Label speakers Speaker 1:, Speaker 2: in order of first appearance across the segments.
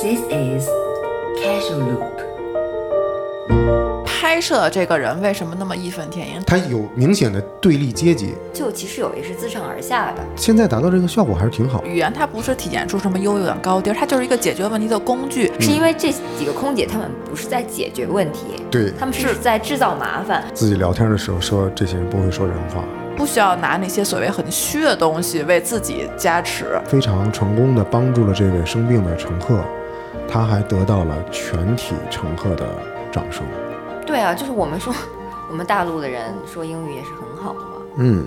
Speaker 1: This is Casual Loop。
Speaker 2: 拍摄这个人为什么那么义愤填膺？
Speaker 3: 它有明显的对立阶级。
Speaker 4: 就其实有也是自上而下的，
Speaker 3: 现在达到这个效果还是挺好。
Speaker 2: 语言它不是体现出什么优越感高低，它就是一个解决问题的工具。
Speaker 3: 嗯
Speaker 4: 是因为这几个空姐她们不是在解决问题，
Speaker 3: 对
Speaker 4: 她们是在制造麻烦。
Speaker 3: 自己聊天的时候说这些人不会说人话，
Speaker 2: 不需要拿那些所谓很虚的东西为自己加持。
Speaker 3: 非常成功的帮助了这位生病的乘客，他还得到了全体乘客的掌声。
Speaker 4: 对啊，就是我们说， 我们大陆的人说英语也是很好的嘛。
Speaker 3: 嗯，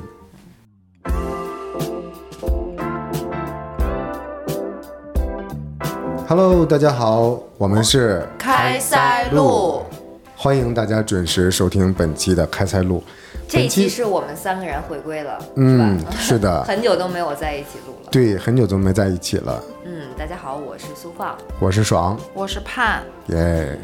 Speaker 3: Hello，大家好，我们是
Speaker 2: 开塞露，
Speaker 3: 欢迎大家准时收听本期的开塞露。
Speaker 4: 这一
Speaker 3: 本
Speaker 4: 期
Speaker 3: 期
Speaker 4: 是我们三个人回归了，
Speaker 3: 嗯
Speaker 4: 是吧？
Speaker 3: 是的，
Speaker 4: 很久都没有在一起录了。
Speaker 3: 对，很久都没在一起了。
Speaker 4: 嗯，大家好，我是苏放。
Speaker 3: 我是爽，
Speaker 2: 我是盼，
Speaker 3: 耶、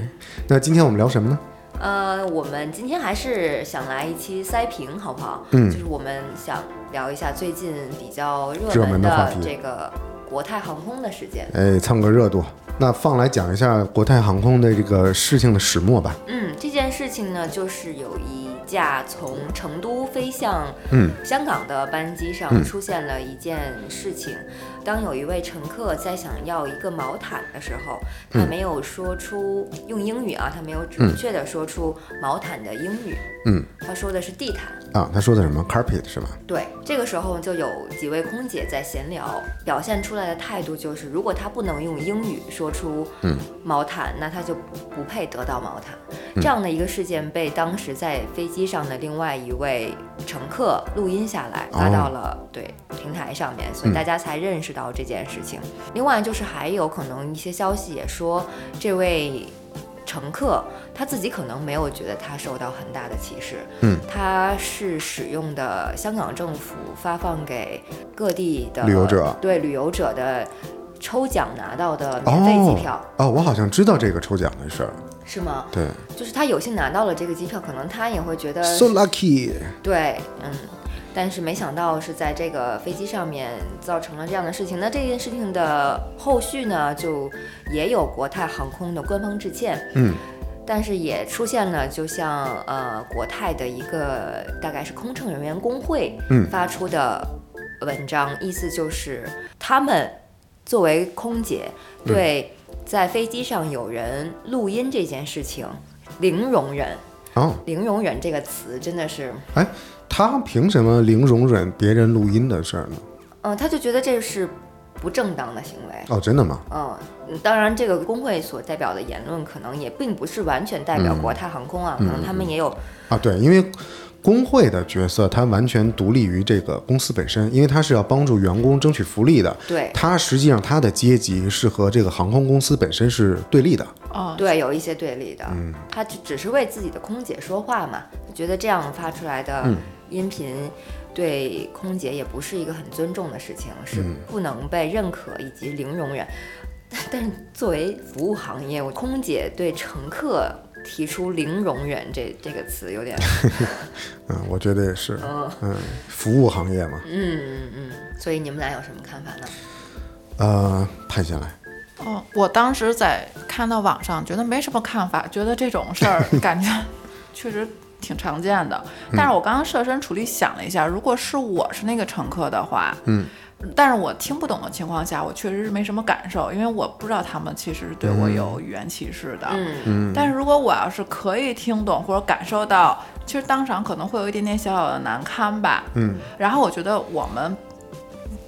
Speaker 3: 那今天我们聊什么呢？
Speaker 4: 呃，我们今天还是想来一期塞评，好不好？
Speaker 3: 嗯
Speaker 4: 就是我们想聊一下最近比较
Speaker 3: 热
Speaker 4: 热
Speaker 3: 门
Speaker 4: 门
Speaker 3: 的话
Speaker 4: 的
Speaker 3: 题
Speaker 4: 这个国泰航空的事件。
Speaker 3: 哎，蹭个热度。那放来讲一下国泰航空的这个事情的始末吧。
Speaker 4: 嗯，这件事情呢，就是有一架从成都飞向
Speaker 3: 嗯
Speaker 4: 香港的班机上出现了一件事情，当有一位乘客在想要一个毛毯的时候，
Speaker 3: 嗯
Speaker 4: 他没有说出用英语啊，他没有准确的说出毛毯的英语，
Speaker 3: 嗯，
Speaker 4: 他说的是地毯。
Speaker 3: 啊，他说的什么 carpet 是吧？
Speaker 4: 对，这个时候就有几位空姐在闲聊，表现出来的态度就是，如果她不能用英语说出毛毯，那她就不配得到毛毯。这样的一个事件被当时在飞机上的另外一位乘客录音下来，发到了、对平台上面，所以大家才认识到这件事情。另外就是还有可能一些消息也说，这位乘客他自己可能没有觉得他受到很大的歧视，
Speaker 3: 嗯，
Speaker 4: 他是使用的香港政府发放给各地的
Speaker 3: 旅游者
Speaker 4: 对旅游者的抽奖拿到的免费机票、
Speaker 3: 哦，我好像知道这个抽奖的事儿。
Speaker 4: 是吗？
Speaker 3: 对
Speaker 4: 就是他有幸拿到了这个机票，可能他也会觉得
Speaker 3: ，so lucky。
Speaker 4: 对，嗯，但是没想到是在这个飞机上面造成了这样的事情。那这件事情的后续呢，就也有国泰航空的官方致歉，
Speaker 3: 嗯，
Speaker 4: 但是也出现了，就像呃国泰的一个大概是空乘人员工会
Speaker 3: 嗯
Speaker 4: 发出的文章，意思就是他们作为空姐
Speaker 3: 嗯
Speaker 4: 对在飞机上有人录音这件事情零容忍。
Speaker 3: 哦，
Speaker 4: 零容忍这个词真的是，
Speaker 3: 他凭什么零容忍别人录音的事儿呢？
Speaker 4: 嗯、他就觉得这是不正当的行为。
Speaker 3: 哦，真的吗？
Speaker 4: 嗯，当然，这个工会所代表的言论可能也并不是完全代表国泰航空啊，可能他们也有
Speaker 3: 啊，对，因为工会的角色它完全独立于这个公司本身，因为它是要帮助员工争取福利的。
Speaker 4: 对
Speaker 3: 它实际上它的阶级是和这个航空公司本身是对立的。
Speaker 2: 哦，
Speaker 4: 对有一些对立的，他只只是为自己的空姐说话嘛，他觉得这样发出来的音频对空姐也不是一个很尊重的事情，是不能被认可以及零容忍。 但但是作为服务行业，我空姐对乘客提出零容忍这这个词有点，
Speaker 3: 嗯，我觉得也是。
Speaker 4: 嗯
Speaker 3: 嗯，服务行业嘛，
Speaker 4: 嗯嗯嗯，所以你们俩有什么看法呢？
Speaker 3: 呃，判下来，
Speaker 2: 哦，我当时在看到网上，觉得没什么看法，觉得这种事 儿感觉确实挺常见的。但是我刚刚设身处地想了一下，如果是我是那个乘客的话，
Speaker 3: 嗯，
Speaker 2: 但是我听不懂的情况下，我确实是没什么感受，因为我不知道他们其实对我有语言歧视的。
Speaker 4: 嗯
Speaker 2: 但是如果我要是可以听懂或者感受到，其实当场可能会有一点点小小的难堪吧。
Speaker 3: 嗯，
Speaker 2: 然后我觉得我们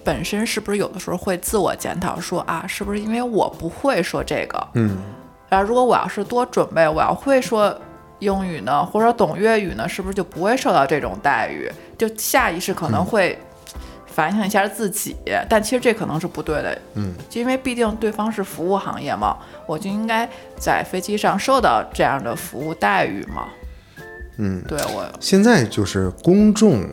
Speaker 2: 本身是不是有的时候会自我检讨说啊，是不是因为我不会说这个？
Speaker 3: 嗯，
Speaker 2: 然后如果我要是多准备，我要会说英语呢，或者懂粤语呢，是不是就不会受到这种待遇？就下意识可
Speaker 3: 嗯
Speaker 2: 能会。反省一下自己，但其实这可能是不对的，
Speaker 3: 嗯，
Speaker 2: 因为毕竟对方是服务行业嘛，我就应该在飞机上受到这样的服务待遇嘛，
Speaker 3: 嗯，
Speaker 2: 对我，
Speaker 3: 现在就是公众，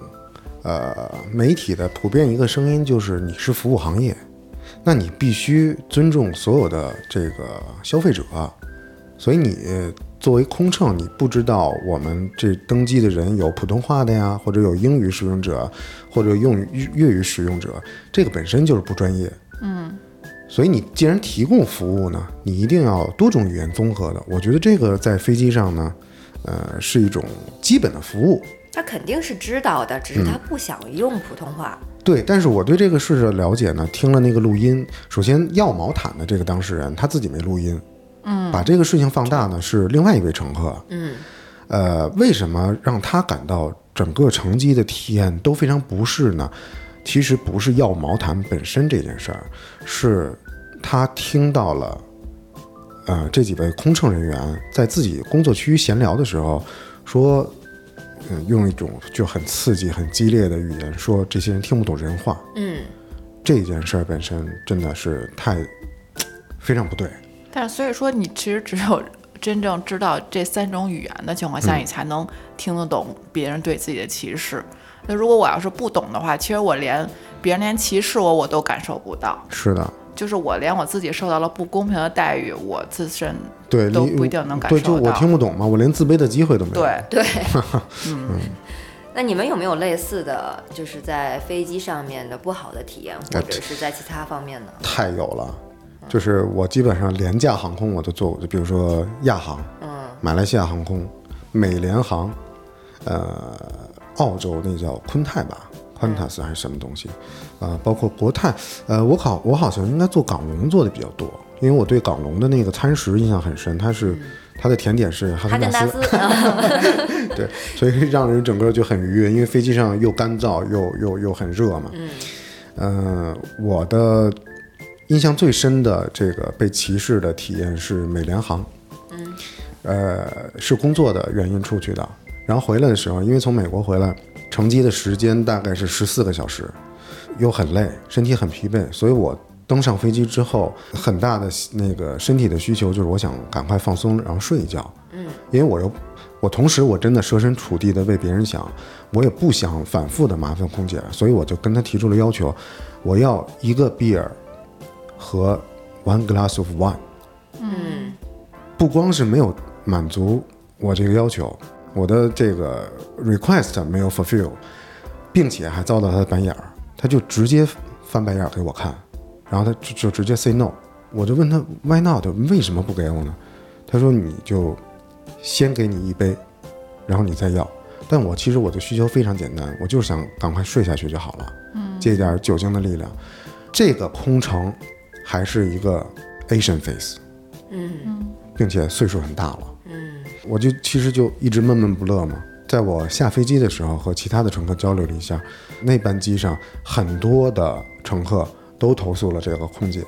Speaker 3: 呃，媒体的普遍一个声音就是你是服务行业，那你必须尊重所有的这个消费者，所以你呃作为空乘，你不知道我们这登机的人有普通话的呀，或者有英语使用者，或者用语粤语使用者，这个本身就是不专业。嗯，所以你既然提供服务呢，你一定要多种语言综合的。我觉得这个在飞机上呢，呃，是一种基本的服务。
Speaker 4: 他肯定是知道的，
Speaker 3: 嗯
Speaker 4: 只是他不想用普通话。
Speaker 3: 对，但是我对这个事的了解呢，听了那个录音，首先要毛毯的这个当事人他自己没录音，嗯，把这个事情放大呢是另外一位乘客，
Speaker 4: 嗯，
Speaker 3: 呃，为什么让他感到整个乘机的体验都非常不适呢？其实不是要毛毯本身这件事儿，是他听到了，呃，这几位空乘人员在自己工作区闲聊的时候说，嗯、用一种就很刺激、很激烈的语言说这些人听不懂人话，
Speaker 4: 嗯，
Speaker 3: 这件事儿本身真的是太非常不对。
Speaker 2: 但是所以说，你其实只有真正知道这三种语言的情况下，
Speaker 3: 嗯
Speaker 2: 你才能听得懂别人对自己的歧视。那如果我要是不懂的话，其实我连别人连歧视我我都感受不到，
Speaker 3: 是的，
Speaker 2: 就是我连我自己受到了不公平的待遇，我自身
Speaker 3: 对，
Speaker 2: 都
Speaker 3: 你
Speaker 2: 不一定能感
Speaker 3: 对，
Speaker 2: 受
Speaker 3: 就我
Speaker 2: 到
Speaker 3: 听不懂嘛，我连自卑的机会都没有。
Speaker 2: 对，
Speaker 4: 对，那你们有没有类似的，就是在飞机上面的不好的体
Speaker 3: 啊
Speaker 4: 验，或者是在其他方面呢？
Speaker 3: 太有了，就是我基本上廉价航空我都坐过，就比如说亚航、
Speaker 4: 嗯
Speaker 3: 马来西亚航空、美联航，呃，澳洲那叫昆泰吧。Qantas 还是什么东西，呃，包括国泰，呃，我好我好像应该坐港龙坐的比较多，因为我对港龙的那个餐食印象很深，它是、它的甜点是哈
Speaker 4: 哈
Speaker 3: 根
Speaker 4: 根
Speaker 3: 达
Speaker 4: 达
Speaker 3: 斯，
Speaker 4: 斯，啊
Speaker 3: 对，所以让人整个就很愉悦，因为飞机上又干燥又又又很热嘛。
Speaker 4: 嗯
Speaker 3: 嗯、我的印象最深的这个被歧视的体验是美联航，嗯，呃，是工作的原因出去的，然后回来的时候，因为从美国回来，乘机的时间大概是十四个小时，又很累，身体很疲惫，所以我。登上飞机之后，很大的那个身体的需求就是我想赶快放松，然后睡一觉。嗯，因为我又，我同时我真的设身处地的为别人想，我也不想反复的麻烦空姐，所以我就跟她提出了要求，我要一个 beer 和 one glass of wine。
Speaker 4: 嗯，
Speaker 3: 不光是没有满足我这个要求，我的这个 request 没有 fulfill，并且还遭到他的白眼儿，他就直接翻白眼儿给我看，然后他就就直接 say no，我就问他 why not，为什么不给我呢？他说你就先给你一杯，然后你再要。但我其实我的需求非常简单，我就是想赶快睡下去就好了，借一点酒精的力量。这个空乘还是一个 Asian face，并
Speaker 4: 嗯
Speaker 3: 且岁数很大了，嗯，我就其实就一直闷闷不乐嘛。在我下飞机的时候，和其他的乘客交流了一下，那班机上很多的乘客都投诉了这个空姐，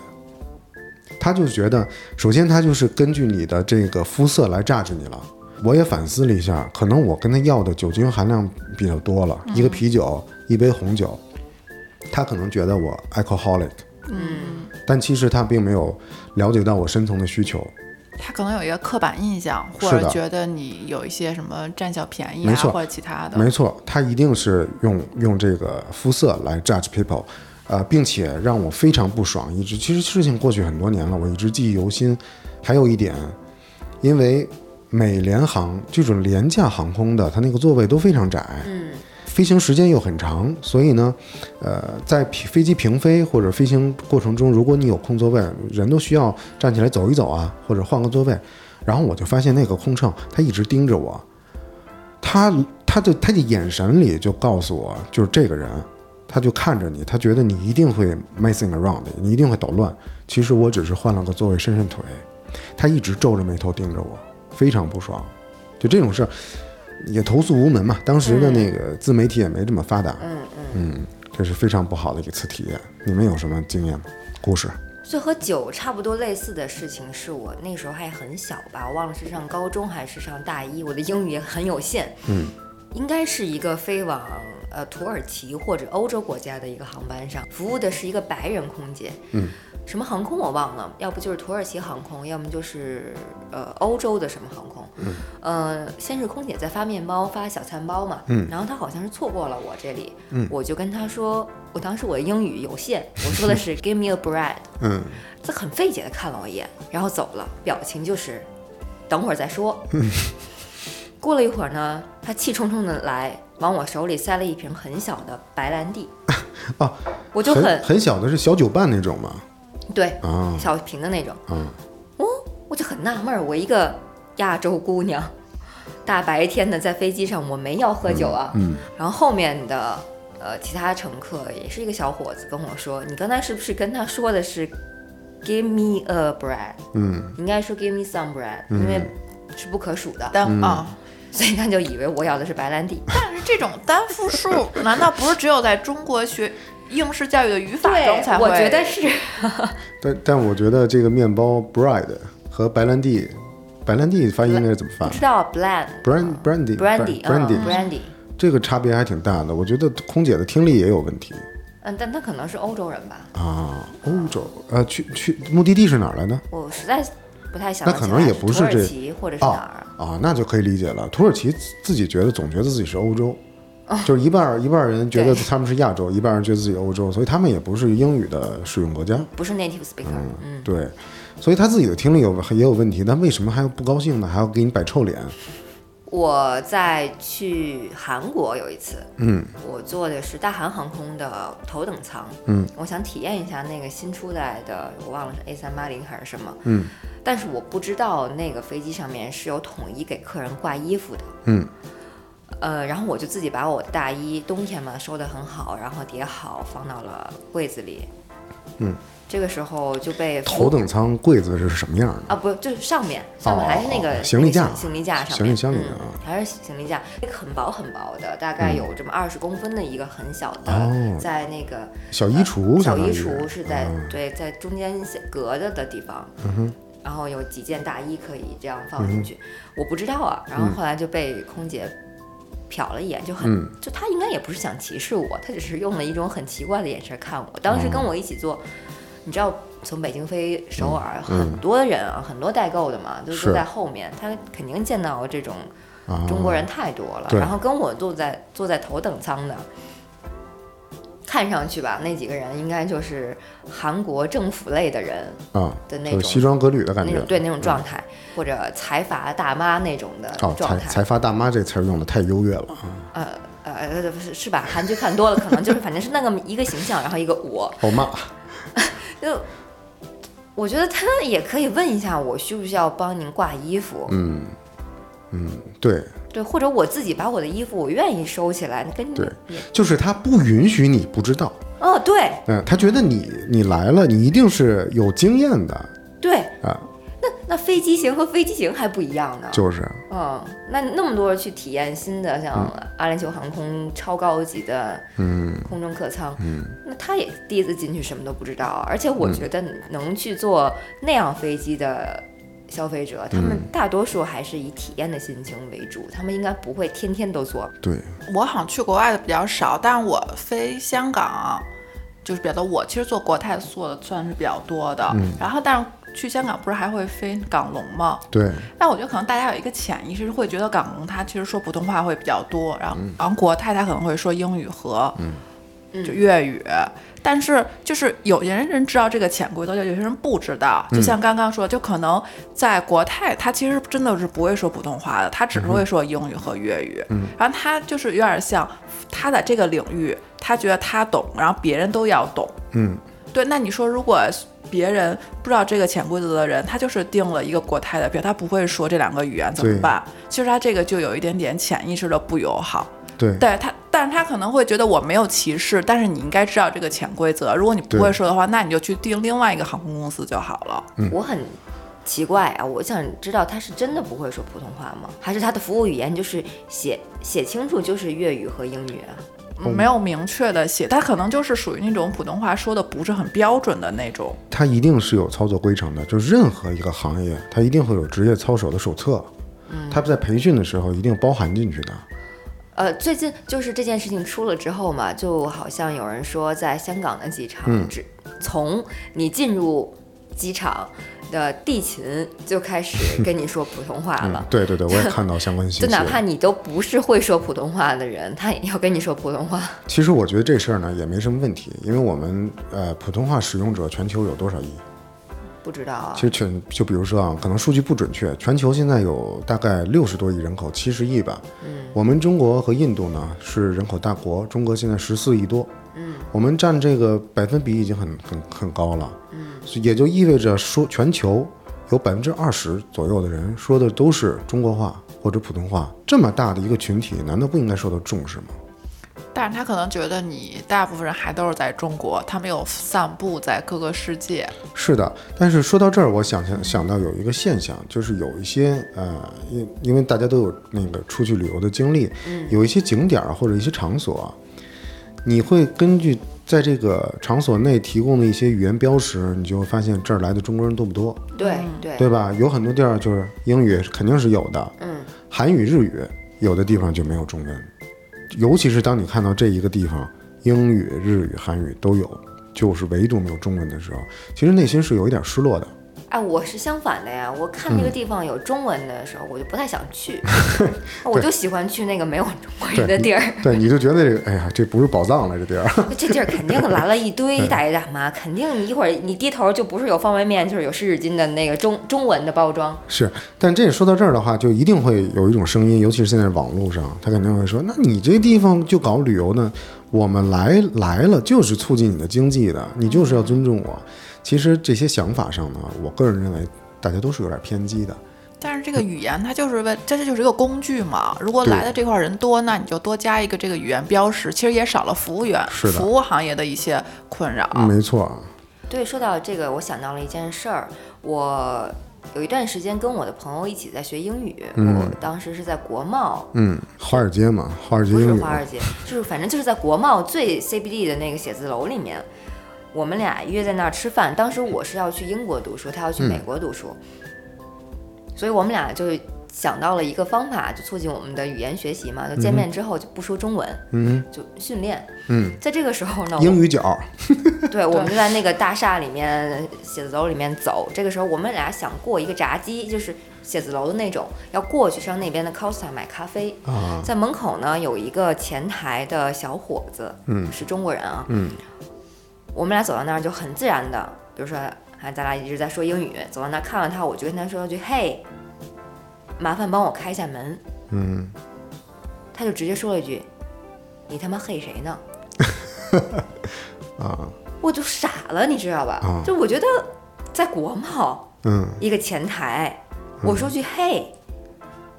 Speaker 3: 他就觉得，首先他就是根据你的这个肤色来榨制你了。我也反思了一下，可能我跟他要的酒精含量比较多了，一个啤酒，一杯红酒，他可能觉得我 alcoholic，嗯，但其实他并没有了解到我深层的需求，
Speaker 2: 他可能有一个刻板印象，或
Speaker 3: 是
Speaker 2: 者
Speaker 3: 的
Speaker 2: 觉得你有一些什么占小便宜
Speaker 3: 没
Speaker 2: 啊，
Speaker 3: 错
Speaker 2: 或者其他的。
Speaker 3: 没错，他一定是用用这个肤色来 judge people，呃，并且让我非常不爽，一直其实事情过去很多年了，我一直记忆犹新。还有一点，因为美联航这种廉价航空的，它那个座位都非常窄，
Speaker 4: 嗯，
Speaker 3: 飞行时间又很长，所以呢，呃，在平飞机平飞或者飞行过程中，如果你有空座位，人都需要站起来走一走啊，或者换个座位。然后我就发现那个空乘他一直盯着我，他他的他的眼神里就告诉我，就是这个人，他就看着你，他觉得你一定会 messing around，你一定会捣乱。其实我只是换了个座位伸伸腿，他一直皱着眉头盯着我，非常不爽。就这种事儿也投诉无门嘛，当时的那个自媒体也没这么发达，嗯嗯，这是非常不好的一次体验。你们有什么经验吗？故事？
Speaker 4: 就和酒差不多类似的事情，是我那时候还很小吧，我忘了是上高中还是上大一，我的英语也很有限。嗯，应该是一个飞往呃土耳其或者欧洲国家的一个航班上，服务的是一个白人空姐。嗯，什么航空我忘了，要不就是土耳其航空，要么就是呃欧洲的什么航空。嗯，呃，先是空姐在发面包、发小餐包嘛。嗯，然后她好像是错过了我这里。嗯，我就跟她说，我当时我的英语有限，我说的 是 give me a bread。
Speaker 3: 嗯，
Speaker 4: 他很费解的看了我一眼，然后走了，表情就是等会儿再 说。过了一会儿呢，他气冲冲的来，往我手里塞了一瓶很小的白兰地，
Speaker 3: 哦，
Speaker 4: 我就
Speaker 3: 很
Speaker 4: 很
Speaker 3: 很小的是小酒伴那种嘛，
Speaker 4: 对，
Speaker 3: 啊，
Speaker 4: 小瓶的那种。
Speaker 3: 嗯，
Speaker 4: 哦，我就很纳闷儿，我一个亚洲姑娘，大白天的在飞机上，我没要喝酒啊。
Speaker 3: 嗯，
Speaker 4: 然后后面的呃其他乘客也是一个小伙子跟我说，你刚才是不是跟他说的是 “give me a bread”？
Speaker 3: 嗯，
Speaker 4: 应该说 “give me some bread”，、因为是不可数的，
Speaker 2: 单啊、
Speaker 4: 所以他就以为我要的是白兰地。
Speaker 2: 但是这种单复数难道不是只有在中国学应试教育的语法中才
Speaker 4: 对，
Speaker 2: 会？
Speaker 4: 我觉得是。
Speaker 3: 但但我觉得这个面包 bread 和白兰地，白兰地发音应该是怎么啊发
Speaker 4: 不知道 blend
Speaker 3: ？brand brandy
Speaker 4: brandy 嗯
Speaker 3: brandy
Speaker 4: brandy，
Speaker 3: 这个差别还挺大的。我觉得空姐的听力也有问题
Speaker 4: 嗯，但他可能是欧洲人吧，
Speaker 3: 啊。欧洲呃，去去目的地是哪儿来呢？
Speaker 4: 我实在不太想
Speaker 3: 那
Speaker 4: 得
Speaker 3: 可
Speaker 4: 起来。
Speaker 3: 能也不
Speaker 4: 土
Speaker 3: 是
Speaker 4: 耳
Speaker 3: 这
Speaker 4: 其或者是
Speaker 3: 啊
Speaker 4: 哪儿？
Speaker 3: 啊，那就可以理解了。土耳其自己觉得总觉得自己是欧洲， 就是一半儿一半儿人觉得
Speaker 4: 哦对
Speaker 3: 他们是亚洲，一半儿人觉得自己欧洲，所以他们也不是英语的使用国家。
Speaker 4: 不是 native speaker，嗯，
Speaker 3: 对，所以他自己的听力有也有问题，但为什么还要不高兴呢？还要给你摆臭脸？
Speaker 4: 我在去韩国有一次，嗯，我坐的是大韩航空的头等舱，嗯，我想体验一下那个新出来的，我忘了是 A 三八零还是什么，嗯，但是我不知道那个飞机上面是有统一给客人挂衣服的，
Speaker 3: 嗯，
Speaker 4: 呃，然后我就自己把我的大衣，冬天嘛收得很好，然后叠好放到了柜子里，嗯，这个时候就被服务
Speaker 3: 头等舱柜子是什么样
Speaker 4: 啊，
Speaker 3: 的？
Speaker 4: 不，就是上面，上面还是那个、
Speaker 3: 哦行李架
Speaker 4: 那个行李架上面，
Speaker 3: 行李箱里
Speaker 4: 嗯
Speaker 3: 啊嗯
Speaker 4: 还是行李架，那个很薄很薄的，大概有这么二十公分的一个很小的，
Speaker 3: 哦
Speaker 4: 在那个
Speaker 3: 小衣橱，
Speaker 4: 呃嗯小
Speaker 3: 相当
Speaker 4: 衣
Speaker 3: 于
Speaker 4: 橱是在、
Speaker 3: 啊
Speaker 4: 对，在中间隔着的地方，
Speaker 3: 嗯
Speaker 4: 然后有几件大衣可以这样放进去，我不知道啊，然后后来就被空姐。瞟了一眼就很，
Speaker 3: 嗯
Speaker 4: 就她应该也不是想歧视我，她只是用了一种很奇怪的眼神看我。当时
Speaker 3: 哦
Speaker 4: 跟我一起坐，你知道从北京飞首尔，很多人啊，很多代购的嘛，都
Speaker 3: 嗯是
Speaker 4: 坐在后面，他肯定见到这种
Speaker 3: 啊
Speaker 4: 中国人太多了。
Speaker 3: 对
Speaker 4: 然后跟我坐在坐在头等舱的，看上去吧，那几个人应该就是韩国政府类的人
Speaker 3: 啊，
Speaker 4: 的那
Speaker 3: 就是
Speaker 4: 种
Speaker 3: 西装革履的感
Speaker 4: 那
Speaker 3: 觉
Speaker 4: 种，对那种状态，或者财阀大妈那种的
Speaker 3: 嗯哦，财
Speaker 4: 状态。
Speaker 3: 财阀大妈这词儿用的太优越了啊！
Speaker 4: 呃呃呃，是是吧？韩剧看多了，可能就是反正是那个一个形象，然后一个我。
Speaker 3: 我妈，
Speaker 4: 就我觉得他也可以问一下我需不需要帮您挂衣服，
Speaker 3: 嗯嗯， 对
Speaker 4: 对，或者我自己把我的衣服我愿意收起来，跟你
Speaker 3: 对
Speaker 4: 也，
Speaker 3: 就是他不允许你不知道，
Speaker 4: 哦，对
Speaker 3: 嗯，他觉得你你来了，你一定是有经验的
Speaker 4: 对，
Speaker 3: 啊，
Speaker 4: 那飞机型和飞机型还不一样呢。
Speaker 3: 就是
Speaker 4: 嗯，那那么多人去体验新的，像阿联酋航空超高级的
Speaker 3: 嗯
Speaker 4: 空中客舱，那他也第一次进去什么都不知道，而且我觉得能去坐那样飞机的消费者，
Speaker 3: 嗯
Speaker 4: 他们大多数还是以体验的心情为主，他们应该不会天天都坐。
Speaker 3: 对，
Speaker 2: 我好像去国外的比较少，但我飞香港，就是表达我其实做国泰做的算是比较多的。然后，但是去香港不是还会飞港龙吗？
Speaker 3: 对，
Speaker 2: 但我觉得可能大家有一个潜意识会觉得港龙它其实说普通话会比较多，然后、然后国泰它可能会说英语和就粤语。但是就是有些人知道这个潜规则，就有些人不知道。就像刚刚说，就可能在国泰，他其实真的是不会说普通话的，他只是会说英语和粤语。然后他就是有点像他在这个领域，他觉得他懂，然后别人都要懂。
Speaker 3: 嗯，
Speaker 2: 对，那你说如果别人不知道这个潜规则的人，他就是定了一个国泰的票，他不会说这两个语言怎么
Speaker 3: 对
Speaker 2: 办？其实他这个就有一点点潜意识的不友好。
Speaker 3: 对，
Speaker 2: 对他，但是他可能会觉得我没有歧视，但是你应该知道这个潜规则。如果你不
Speaker 3: 对嗯
Speaker 2: 会说的话，那你就去订另外一个航空公司就好了。
Speaker 4: 我很奇怪啊，我想知道他是真的不会说普通话吗？还是他的服务语言就是写写清楚就是粤语和英语啊？
Speaker 2: 嗯没有明确的写，他可能就是属于那种普通话说的不是很标准的那种。
Speaker 3: 它一定是有操作规程的，就任何一个行业，它一定会有职业操守的手册，
Speaker 4: 嗯
Speaker 3: 它在培训的时候一定包含进去的。
Speaker 4: 呃，最近就是这件事情出了之后嘛，就好像有人说，在香港的机场，
Speaker 3: 嗯
Speaker 4: 只从你进入机场的地勤就开 始跟你说普通话了
Speaker 3: 嗯，。对对对，我也看到相关信息
Speaker 4: 就
Speaker 3: 了。
Speaker 4: 哪怕你都不是会说普通话的人，他也要跟你说普通话。
Speaker 3: 其实我觉得这事儿呢也没什么问题，因为我们呃普通话使用者全球有多少亿？
Speaker 4: 不知道啊
Speaker 3: 其。实全就比如说啊，可能数据不准确，全球现在有大概六十多亿人口，七十亿吧。嗯，我们中国和印度呢是人口大国，中国现在十四亿多。嗯，我们占这个百分比已经很很很高了。嗯，也就意味着说，全球有百分之二十左右的人说的都是中国话或者普通话，这么大的一个群体，难道不应该受到重视吗？
Speaker 2: 但是他可能觉得你大部分人还都是在中国，他没有散布在各个世界。
Speaker 3: 是的，但是说到这儿，我想想想到有一个现象，就是有一些呃，因因为大家都有那个出去旅游的经历，有一些景点儿或者一些场所啊，你会根据在这个场所内提供的一些语言标识，你就会发现这儿来的中国人多不多，
Speaker 4: 对对
Speaker 3: 对吧？有很多地儿就是英语肯定是有的，
Speaker 4: 嗯，
Speaker 3: 韩语、日语，有的地方就没有中文，尤其是当你看到这一个地方英语、日语、韩语都有，就是唯独没有中文的时候，其实内心是有一点失落的。
Speaker 4: 哎，我是相反的呀。我看
Speaker 3: 嗯
Speaker 4: 这个地方有中文的时候，我就不太想 去，我就喜欢去那个没有中国人的地儿。
Speaker 3: 对，你就觉得这个，哎呀，这不是宝藏了，这地儿。
Speaker 4: 这地儿肯定来了一堆大爷大妈，肯定你一会儿你低头就不是有方便面，就是有湿纸巾的那个中中文的包装。
Speaker 3: 是，但这说到这儿的话，就一定会有一种声音，尤其是现在网络上，他肯定会说，那你这地方就搞旅游呢，我们来来了就是促进你的经济的，你就是要尊重我。其实这些想法上呢，我个人认为大家都是有点偏激的。
Speaker 2: 但是这个语言它就是为，这就是一个工具嘛。如果
Speaker 3: 对
Speaker 2: 来的这块人多，那你就多加一个这个语言标识，其实也少了服务员、
Speaker 3: 是的嗯
Speaker 2: 服务行业的一些困扰。
Speaker 4: 啊
Speaker 3: 没错，啊
Speaker 4: 对，说到这个，我想到了一件事儿。我有一段时间跟我的朋友一起在学英语，我当时是在国贸，
Speaker 3: 嗯，华尔街嘛，华尔街
Speaker 4: 不是
Speaker 3: 英语
Speaker 4: 华，尔街，就是反正就是在国贸最 CBD 的那个写字楼里面，我们俩约在那儿吃饭。当时我是要去英国读书，他要
Speaker 3: 嗯
Speaker 4: 去美国读书，所以我们俩就想到了一个方法，就促进我们的语言学习嘛。就见面之后就不说中文，
Speaker 3: 嗯
Speaker 4: 就训练。
Speaker 3: 嗯，
Speaker 4: 在这个时候呢，我
Speaker 3: 英语角，
Speaker 4: 对，我们就在那个大厦里面写字楼里面走。这个时候，我们俩想过一个闸机，就是写字楼的那种，要过去上那边的 Costa 买咖啡。
Speaker 3: 啊
Speaker 4: 在门口呢有一个前台的小伙子，嗯，是中国人啊，
Speaker 3: 嗯，
Speaker 4: 我们俩走到那儿就很自然的，比如说，哎，咱俩一直在说英语，走到那儿看到他，我就跟他说了句嘿，麻烦帮我开一下门。
Speaker 3: 嗯，
Speaker 4: 他就直接说了一句：“你他妈嘿谁呢？”啊！我就傻了，你知道吧？
Speaker 3: 啊
Speaker 4: 就我觉得在国贸
Speaker 3: 嗯
Speaker 4: 一个前台，我说句嘿，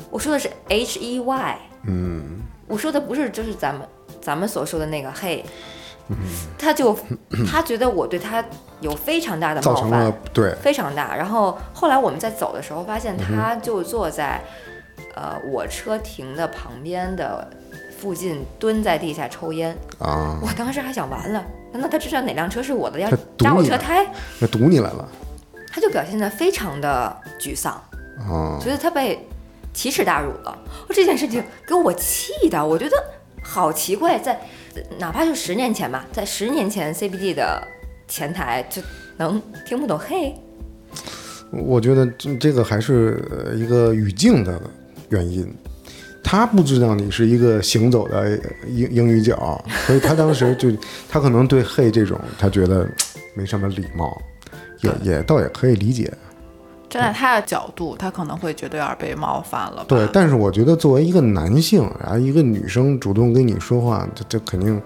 Speaker 4: 我说的是 H E Y，
Speaker 3: 嗯，
Speaker 4: 我说的不是就是咱们咱们所说的那个嘿，
Speaker 3: 嗯
Speaker 4: 他就他觉得我对他有非常大的
Speaker 3: 造
Speaker 4: 冒
Speaker 3: 成
Speaker 4: 犯
Speaker 3: 了，对，
Speaker 4: 非常大。然后后来我们在走的时候，发现
Speaker 3: 嗯
Speaker 4: 他就坐在、呃我车停的旁边的附近，蹲在地下抽烟。
Speaker 3: 啊，
Speaker 4: 我当时还想，完了，难道他知道哪辆车是我的，要
Speaker 3: 他堵
Speaker 4: 扎我
Speaker 3: 你
Speaker 4: 车
Speaker 3: 了
Speaker 4: 胎？
Speaker 3: 那堵你来了
Speaker 4: 他就表现得非常的沮丧，
Speaker 3: 啊，
Speaker 4: 觉得他被奇耻大辱了。我这件事情给我气的，我觉得好奇怪，在哪怕就十年前吧，在十年前 CBD 的前台就能听不懂嘿。
Speaker 3: 我觉得这这个还是呃一个语境的原因，他不知道你是一个行走的英英语角，所以他当时就他可能对 “hey” 这种他觉得嘖没什么礼貌，也也倒也可以理解。
Speaker 2: 站在他的角度，他可能会觉得有点被冒犯了吧。
Speaker 3: 对，但是我觉得作为一个男性，然后一个女生主动跟你说话，这这肯定。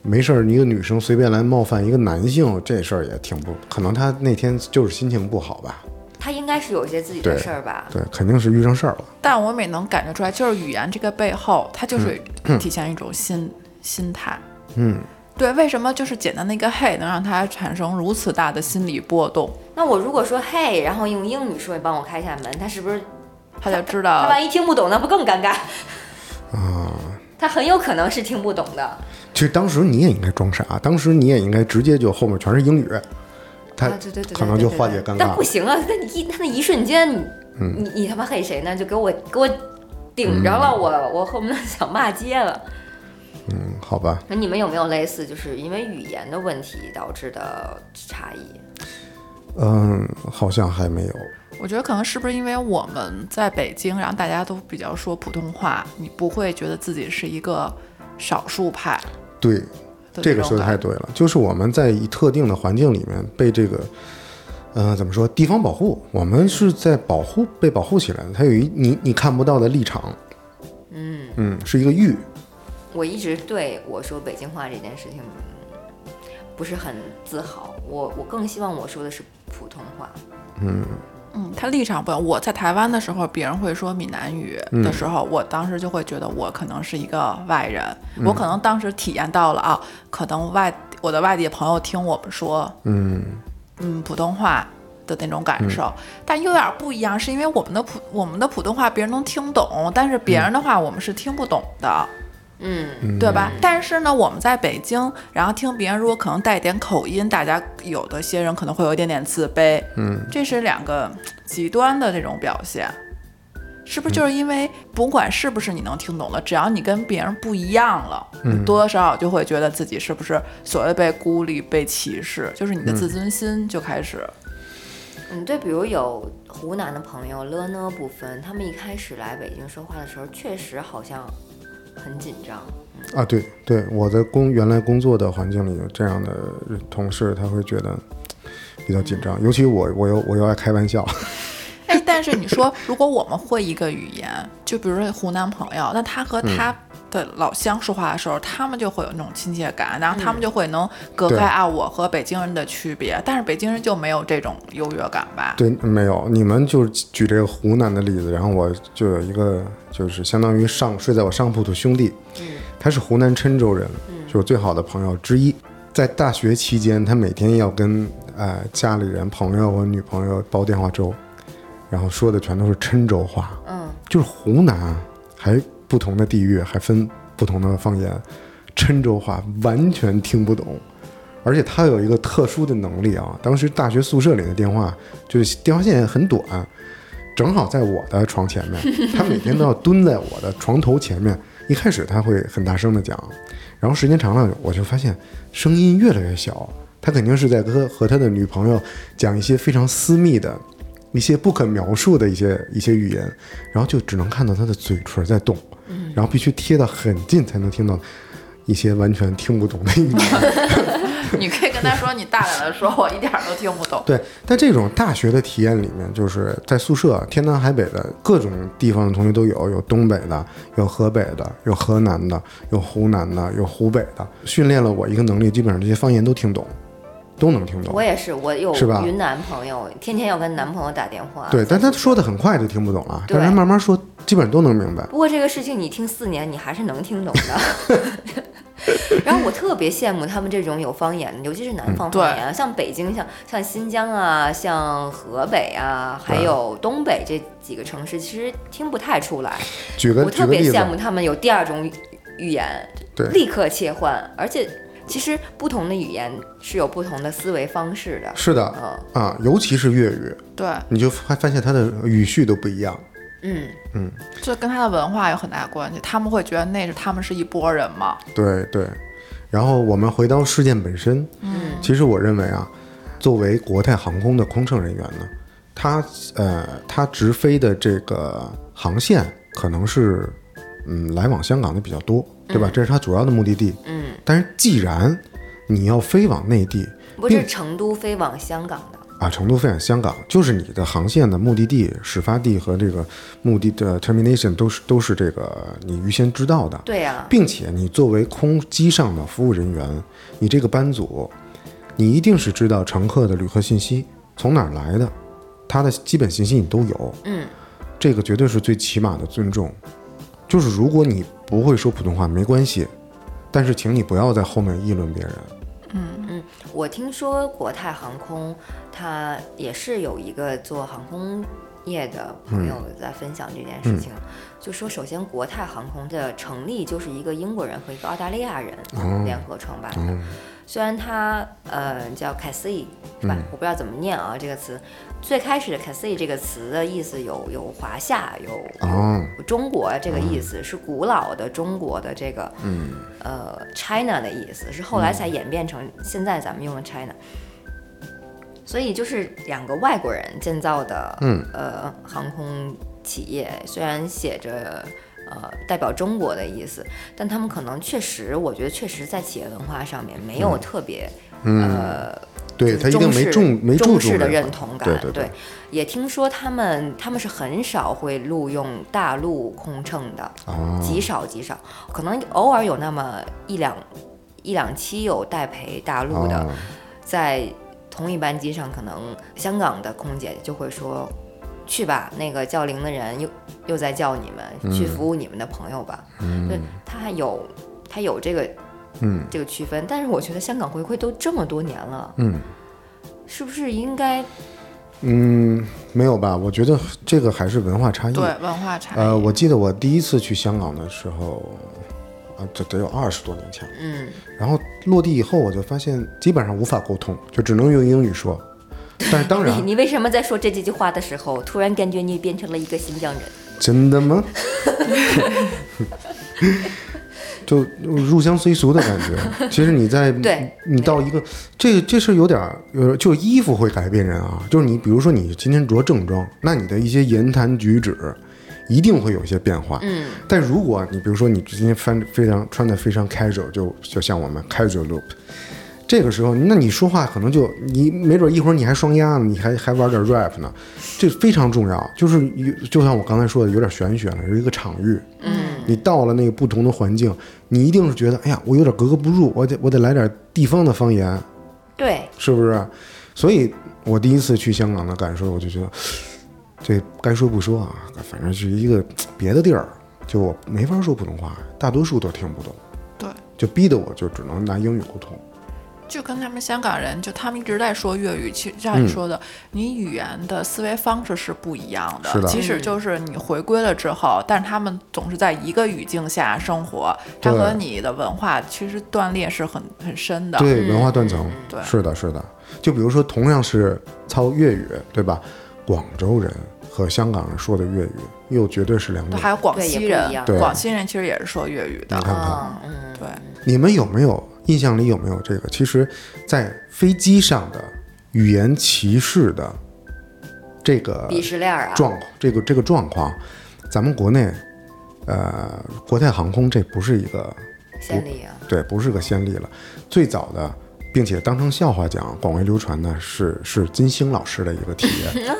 Speaker 3: 没事儿，一个女生随便来冒犯一个男性，这事儿也挺不可能。他那天就是心情不好吧？
Speaker 4: 他应该是有一些自己的
Speaker 3: 对
Speaker 4: 事儿吧，
Speaker 3: 对，肯定是遇上事儿了。
Speaker 2: 但我也能感觉出来，就是语言这个背后，它就是体现一种心、心态。
Speaker 3: 嗯，
Speaker 2: 对，为什么就是简单的一个 “hey” 能让他产生如此大的心理波动？
Speaker 4: 那我如果说嘿，然后用英语说你帮我开一下门，他是不是
Speaker 2: 他就知
Speaker 3: 啊
Speaker 4: 他
Speaker 2: 道
Speaker 4: 万一听不懂，那不更尴尬？啊，他很有可能是听不懂的。
Speaker 3: 其实当时你也应该装傻，当时你也应该直接就后面全是英语，他
Speaker 4: 啊，对对对对，
Speaker 3: 可能就
Speaker 4: 对对
Speaker 3: 化解
Speaker 4: 对
Speaker 3: 尴
Speaker 4: 但不
Speaker 3: 尬。嗯
Speaker 4: 行啊，那你一他那一瞬间，你、你你他妈嘿谁呢？就给我给我顶着了，我我恨不得想骂街了。
Speaker 3: 嗯，好吧，
Speaker 4: 那你们有没有类似就是因为语言的问题导致的差异？
Speaker 3: 嗯，好像还没有。
Speaker 2: 我觉得可能是不是因为我们在北京，然后大家都比较说普通话，你不会觉得自己是一个少数派
Speaker 3: 对，
Speaker 2: 的
Speaker 3: 这
Speaker 2: 这
Speaker 3: 个
Speaker 2: 种
Speaker 3: 说的
Speaker 2: 感
Speaker 3: 太对了，就是我们在一特定的环境里面被这个，呃，怎么说？地方保护，我们是在保护被保护起来的，它有一你你看不到的立场，嗯嗯，是一个域，
Speaker 4: 我一直对我说北京话这件事情嗯不是很自豪，我我更希望我说的是普通话。
Speaker 2: 嗯，他立场不一样。我在台湾的时候，别人会说闽南语的时候，我当时就会觉得我可能是一个外人，我可能当时体验到了啊，可能外我的外地朋友听我们说，嗯嗯普通话的那种感受，但又有点不一样，是因为我们的普我们的普通话别人能听懂，但是别人的话我们是听不懂的。
Speaker 4: 嗯，
Speaker 2: 对吧？但是呢，我们在北京，然后听别人如果可能带一点口音，大家有的些人可能会有一点点自卑，嗯，这是两个极端的这种表现，是不是就是因为不管是不是你能听懂的，只要你跟别人不一样了，你多多少少就会觉得自己是不是所谓被孤立、被歧视，就是你的自尊心就开始，
Speaker 4: 嗯，对，比如有湖南的朋友了呢不分，他们一开始来北京说话的时候，确实好像很紧张。
Speaker 3: 啊，对对，我的工原来工作的环境里有这样的同事，他会觉得比较紧张，尤其我我又我又爱开玩笑，
Speaker 2: 哎，但是你说，如果我们会一个语言，就比如说湖南朋友，那他和
Speaker 3: 嗯
Speaker 2: 他的老乡说话的时候，他们就会有那种亲切感，然后他们就会能隔
Speaker 3: 对
Speaker 2: 开啊我和北京人的区别，但是北京人就没有这种优越感吧？
Speaker 3: 对，没有，你们就是举这个湖南的例子，然后我就有一个就是相当于上睡在我上铺的兄弟，他是湖南郴州人，是我最好的朋友之一。在大学期间，他每天要跟呃家里人、朋友或女朋友煲电话粥，然后说的全都是郴州话，
Speaker 4: 嗯，
Speaker 3: 就是湖南啊，还不同的地域还分不同的方言，郴州话完全听不懂。而且他有一个特殊的能力啊，当时大学宿舍里的电话就是电话线很短，正好在我的床前面，他每天都要蹲在我的床头前面。一开始他会很大声的讲，然后时间长了，我就发现声音越来越小。他肯定是在和和他的女朋友讲一些非常私密的、一些不可描述的一些一些语言，然后就只能看到他的嘴唇在动，然后必须贴得很近才能听到一些完全听不懂的语言。
Speaker 2: 你可以跟他说，你大胆的说，我一点儿都听不 懂。
Speaker 3: 对，在这种大学的体验里面，就是在宿舍，天南海北的各种地方的同学都有，有东北的，有河北的，有河南的，有湖南的，有湖北的。训练了我一个能力，基本上这些方言都听懂，都能听懂
Speaker 4: 我。也是，我有
Speaker 3: 哦是吧
Speaker 4: 云南朋友，天天要跟男朋友打电话。
Speaker 3: 对，但他说的很快就听不懂了，
Speaker 4: 对
Speaker 3: 但是他慢慢说，基本上都能明白。
Speaker 4: 不过这个事情你听四年，你还是能听懂的。 然后我特别羡慕他们这种有方言的，尤其是南方方
Speaker 3: 嗯
Speaker 4: 言啊，像北京、像像新疆啊、像河北啊，还有东北这几个城市，其实听不太出来。
Speaker 3: 举个
Speaker 4: 我
Speaker 3: 举
Speaker 4: 特
Speaker 3: 个
Speaker 4: 别
Speaker 3: 例子
Speaker 4: 羡，慕他们有第二种语语言，
Speaker 3: 对
Speaker 4: 立刻切换，而且其实不同的语言是有不同的思维方式的。
Speaker 3: 是的
Speaker 4: 嗯
Speaker 3: 啊，尤其是粤语，
Speaker 2: 对，
Speaker 3: 你就发发现它的语序都不一样。
Speaker 4: 嗯，
Speaker 2: 这跟他的文化有很大关系，他们会觉得那是他们是一拨人嘛。
Speaker 3: 对对，然后我们回到事件本身，嗯，其实我认为啊，作为国泰航空的空乘人员呢，他呃他直飞的这个航线可能是嗯来往香港的比较多，对吧？这是他主要的目的地。嗯，但是既然你要飞往内地，
Speaker 4: 不
Speaker 3: 嗯
Speaker 4: 是成都飞往香港的。
Speaker 3: 啊，成都飞往香港，就是你的航线的目的地、始发地和这个目的的 termination 都是都是这个你预先知道的。
Speaker 4: 对啊呀、
Speaker 3: 并且你作为空机上的服务人员，你这个班组，你一定是知道乘客的旅客信息从哪儿来的，他的基本信息你都有。
Speaker 4: 嗯，
Speaker 3: 这个绝对是最起码的尊重。就是如果你不会说普通话没关系，但是请你不要在后面议论别人。
Speaker 4: 我听说国泰航空，它也是有一个做航空业的朋友在分享这件事情，就说首先国泰航空的成立就是一个英国人和一个澳大利亚人联合创办的，虽然它呃叫 c a s s i 是吧？我不知道怎么念啊这个词。最开始的 c a s s i 这个词的意思有有华夏有。
Speaker 3: 哦，
Speaker 4: 有中国这个意思是古老的中国的这个，嗯，呃，China 的意思是后
Speaker 3: 嗯
Speaker 4: 来才演变成现在咱们用的 China，所以就是两个外国人建造的，
Speaker 3: 嗯，
Speaker 4: 呃，航空企业虽然写着呃代表中国的意思，但他们可能确实，我觉得确实在企业文化上面没有特别，呃，
Speaker 3: 嗯对
Speaker 4: 就是
Speaker 3: 他一定
Speaker 4: 中
Speaker 3: 没
Speaker 4: 式
Speaker 3: 重没注
Speaker 4: 中
Speaker 3: 重
Speaker 4: 式的
Speaker 3: 这个
Speaker 4: 认同感，
Speaker 3: 对对对
Speaker 4: 也听说他们他们是很少会录用大陆空乘的，
Speaker 3: 啊，
Speaker 4: 极少极少，可能偶尔有那么一两一两期有代培大陆的，
Speaker 3: 啊
Speaker 4: 在同一班机上，可能香港的空姐就会说：“去吧，那个叫铃的人又又在叫你
Speaker 3: 嗯
Speaker 4: 们，去服务你们的朋友吧。对，他还有他有这个
Speaker 3: 嗯
Speaker 4: 这个区分，但是我觉得香港回归都这么多年了，
Speaker 3: 嗯
Speaker 4: 是不是应该
Speaker 3: 嗯，没有吧？我觉得这个还是文化差异。
Speaker 2: 对文化差异，
Speaker 3: 嗯呃，我记得我第一次去香港的时候，啊，这得有二十多年前了。
Speaker 4: 嗯
Speaker 3: 然后落地以后，我就发现基本上无法沟通，就只能用英语说。但是当然
Speaker 4: 你，你为什么在说这几句话的时候，突然感觉你变成了一个新疆人？
Speaker 3: 真 的吗？就入乡随俗的感觉。其实你在
Speaker 4: 对
Speaker 3: 你到一个这这是有点儿呃，就是衣服会改变人啊。就是你比如说你今天着正装，那你的一些言谈举止一定会有一些变化。
Speaker 4: 嗯，
Speaker 3: 但如果你比如说你今天穿非常穿的非常 casual，就就像我们 casual look，这个时候那你说话可能就你没准一会儿你还双压呢，你还还玩点 rap 呢，这非常重要。就是有就像我刚才说的，有点玄学了，有一个场域。
Speaker 4: 嗯，
Speaker 3: 你到了那个不同的环境，你一定是觉得，哎呀，我有点格格不入，我得我得来点地方的方言，
Speaker 4: 对，
Speaker 3: 是不是？所以我第一次去香港的感受，我就觉得这该说不说啊，反正是一个别的地儿，就我没法说普通话，大多数都听不懂，
Speaker 2: 对，
Speaker 3: 就逼得我就只能拿英语沟通。
Speaker 2: 就跟他们香港人，就他们一直在说粤语，其实像
Speaker 3: 嗯
Speaker 2: 你说的，你语言的思维方式是不一样的。
Speaker 3: 是的
Speaker 2: 即使就是你回归了之后，但是他们总是在一个语境下生活，它
Speaker 3: 对
Speaker 2: 和你的文化其实断裂是很很深的。
Speaker 3: 对，文化断层，
Speaker 2: 对
Speaker 3: 是的，是的。就比如说，同样是操粤语，对吧？广州人和香港人说的粤语又绝对是两
Speaker 2: 对
Speaker 3: 种
Speaker 2: 还有广西
Speaker 4: 对也不
Speaker 2: 人
Speaker 4: 一样，
Speaker 3: 对
Speaker 2: 广西人其实也是说粤语的
Speaker 3: 你。看看
Speaker 4: 啊，嗯，
Speaker 2: 对，
Speaker 3: 你们有没有印象里有没有这个？其实，在飞机上的语言歧视的这个
Speaker 4: 鄙视链儿啊，
Speaker 3: 状这个这个状况，咱们国内，呃，国泰航空这不是一个
Speaker 4: 先例啊，
Speaker 3: 对，不是个先例了。最早的，并且当成笑话讲、广为流传的是是金星老师的一个体验。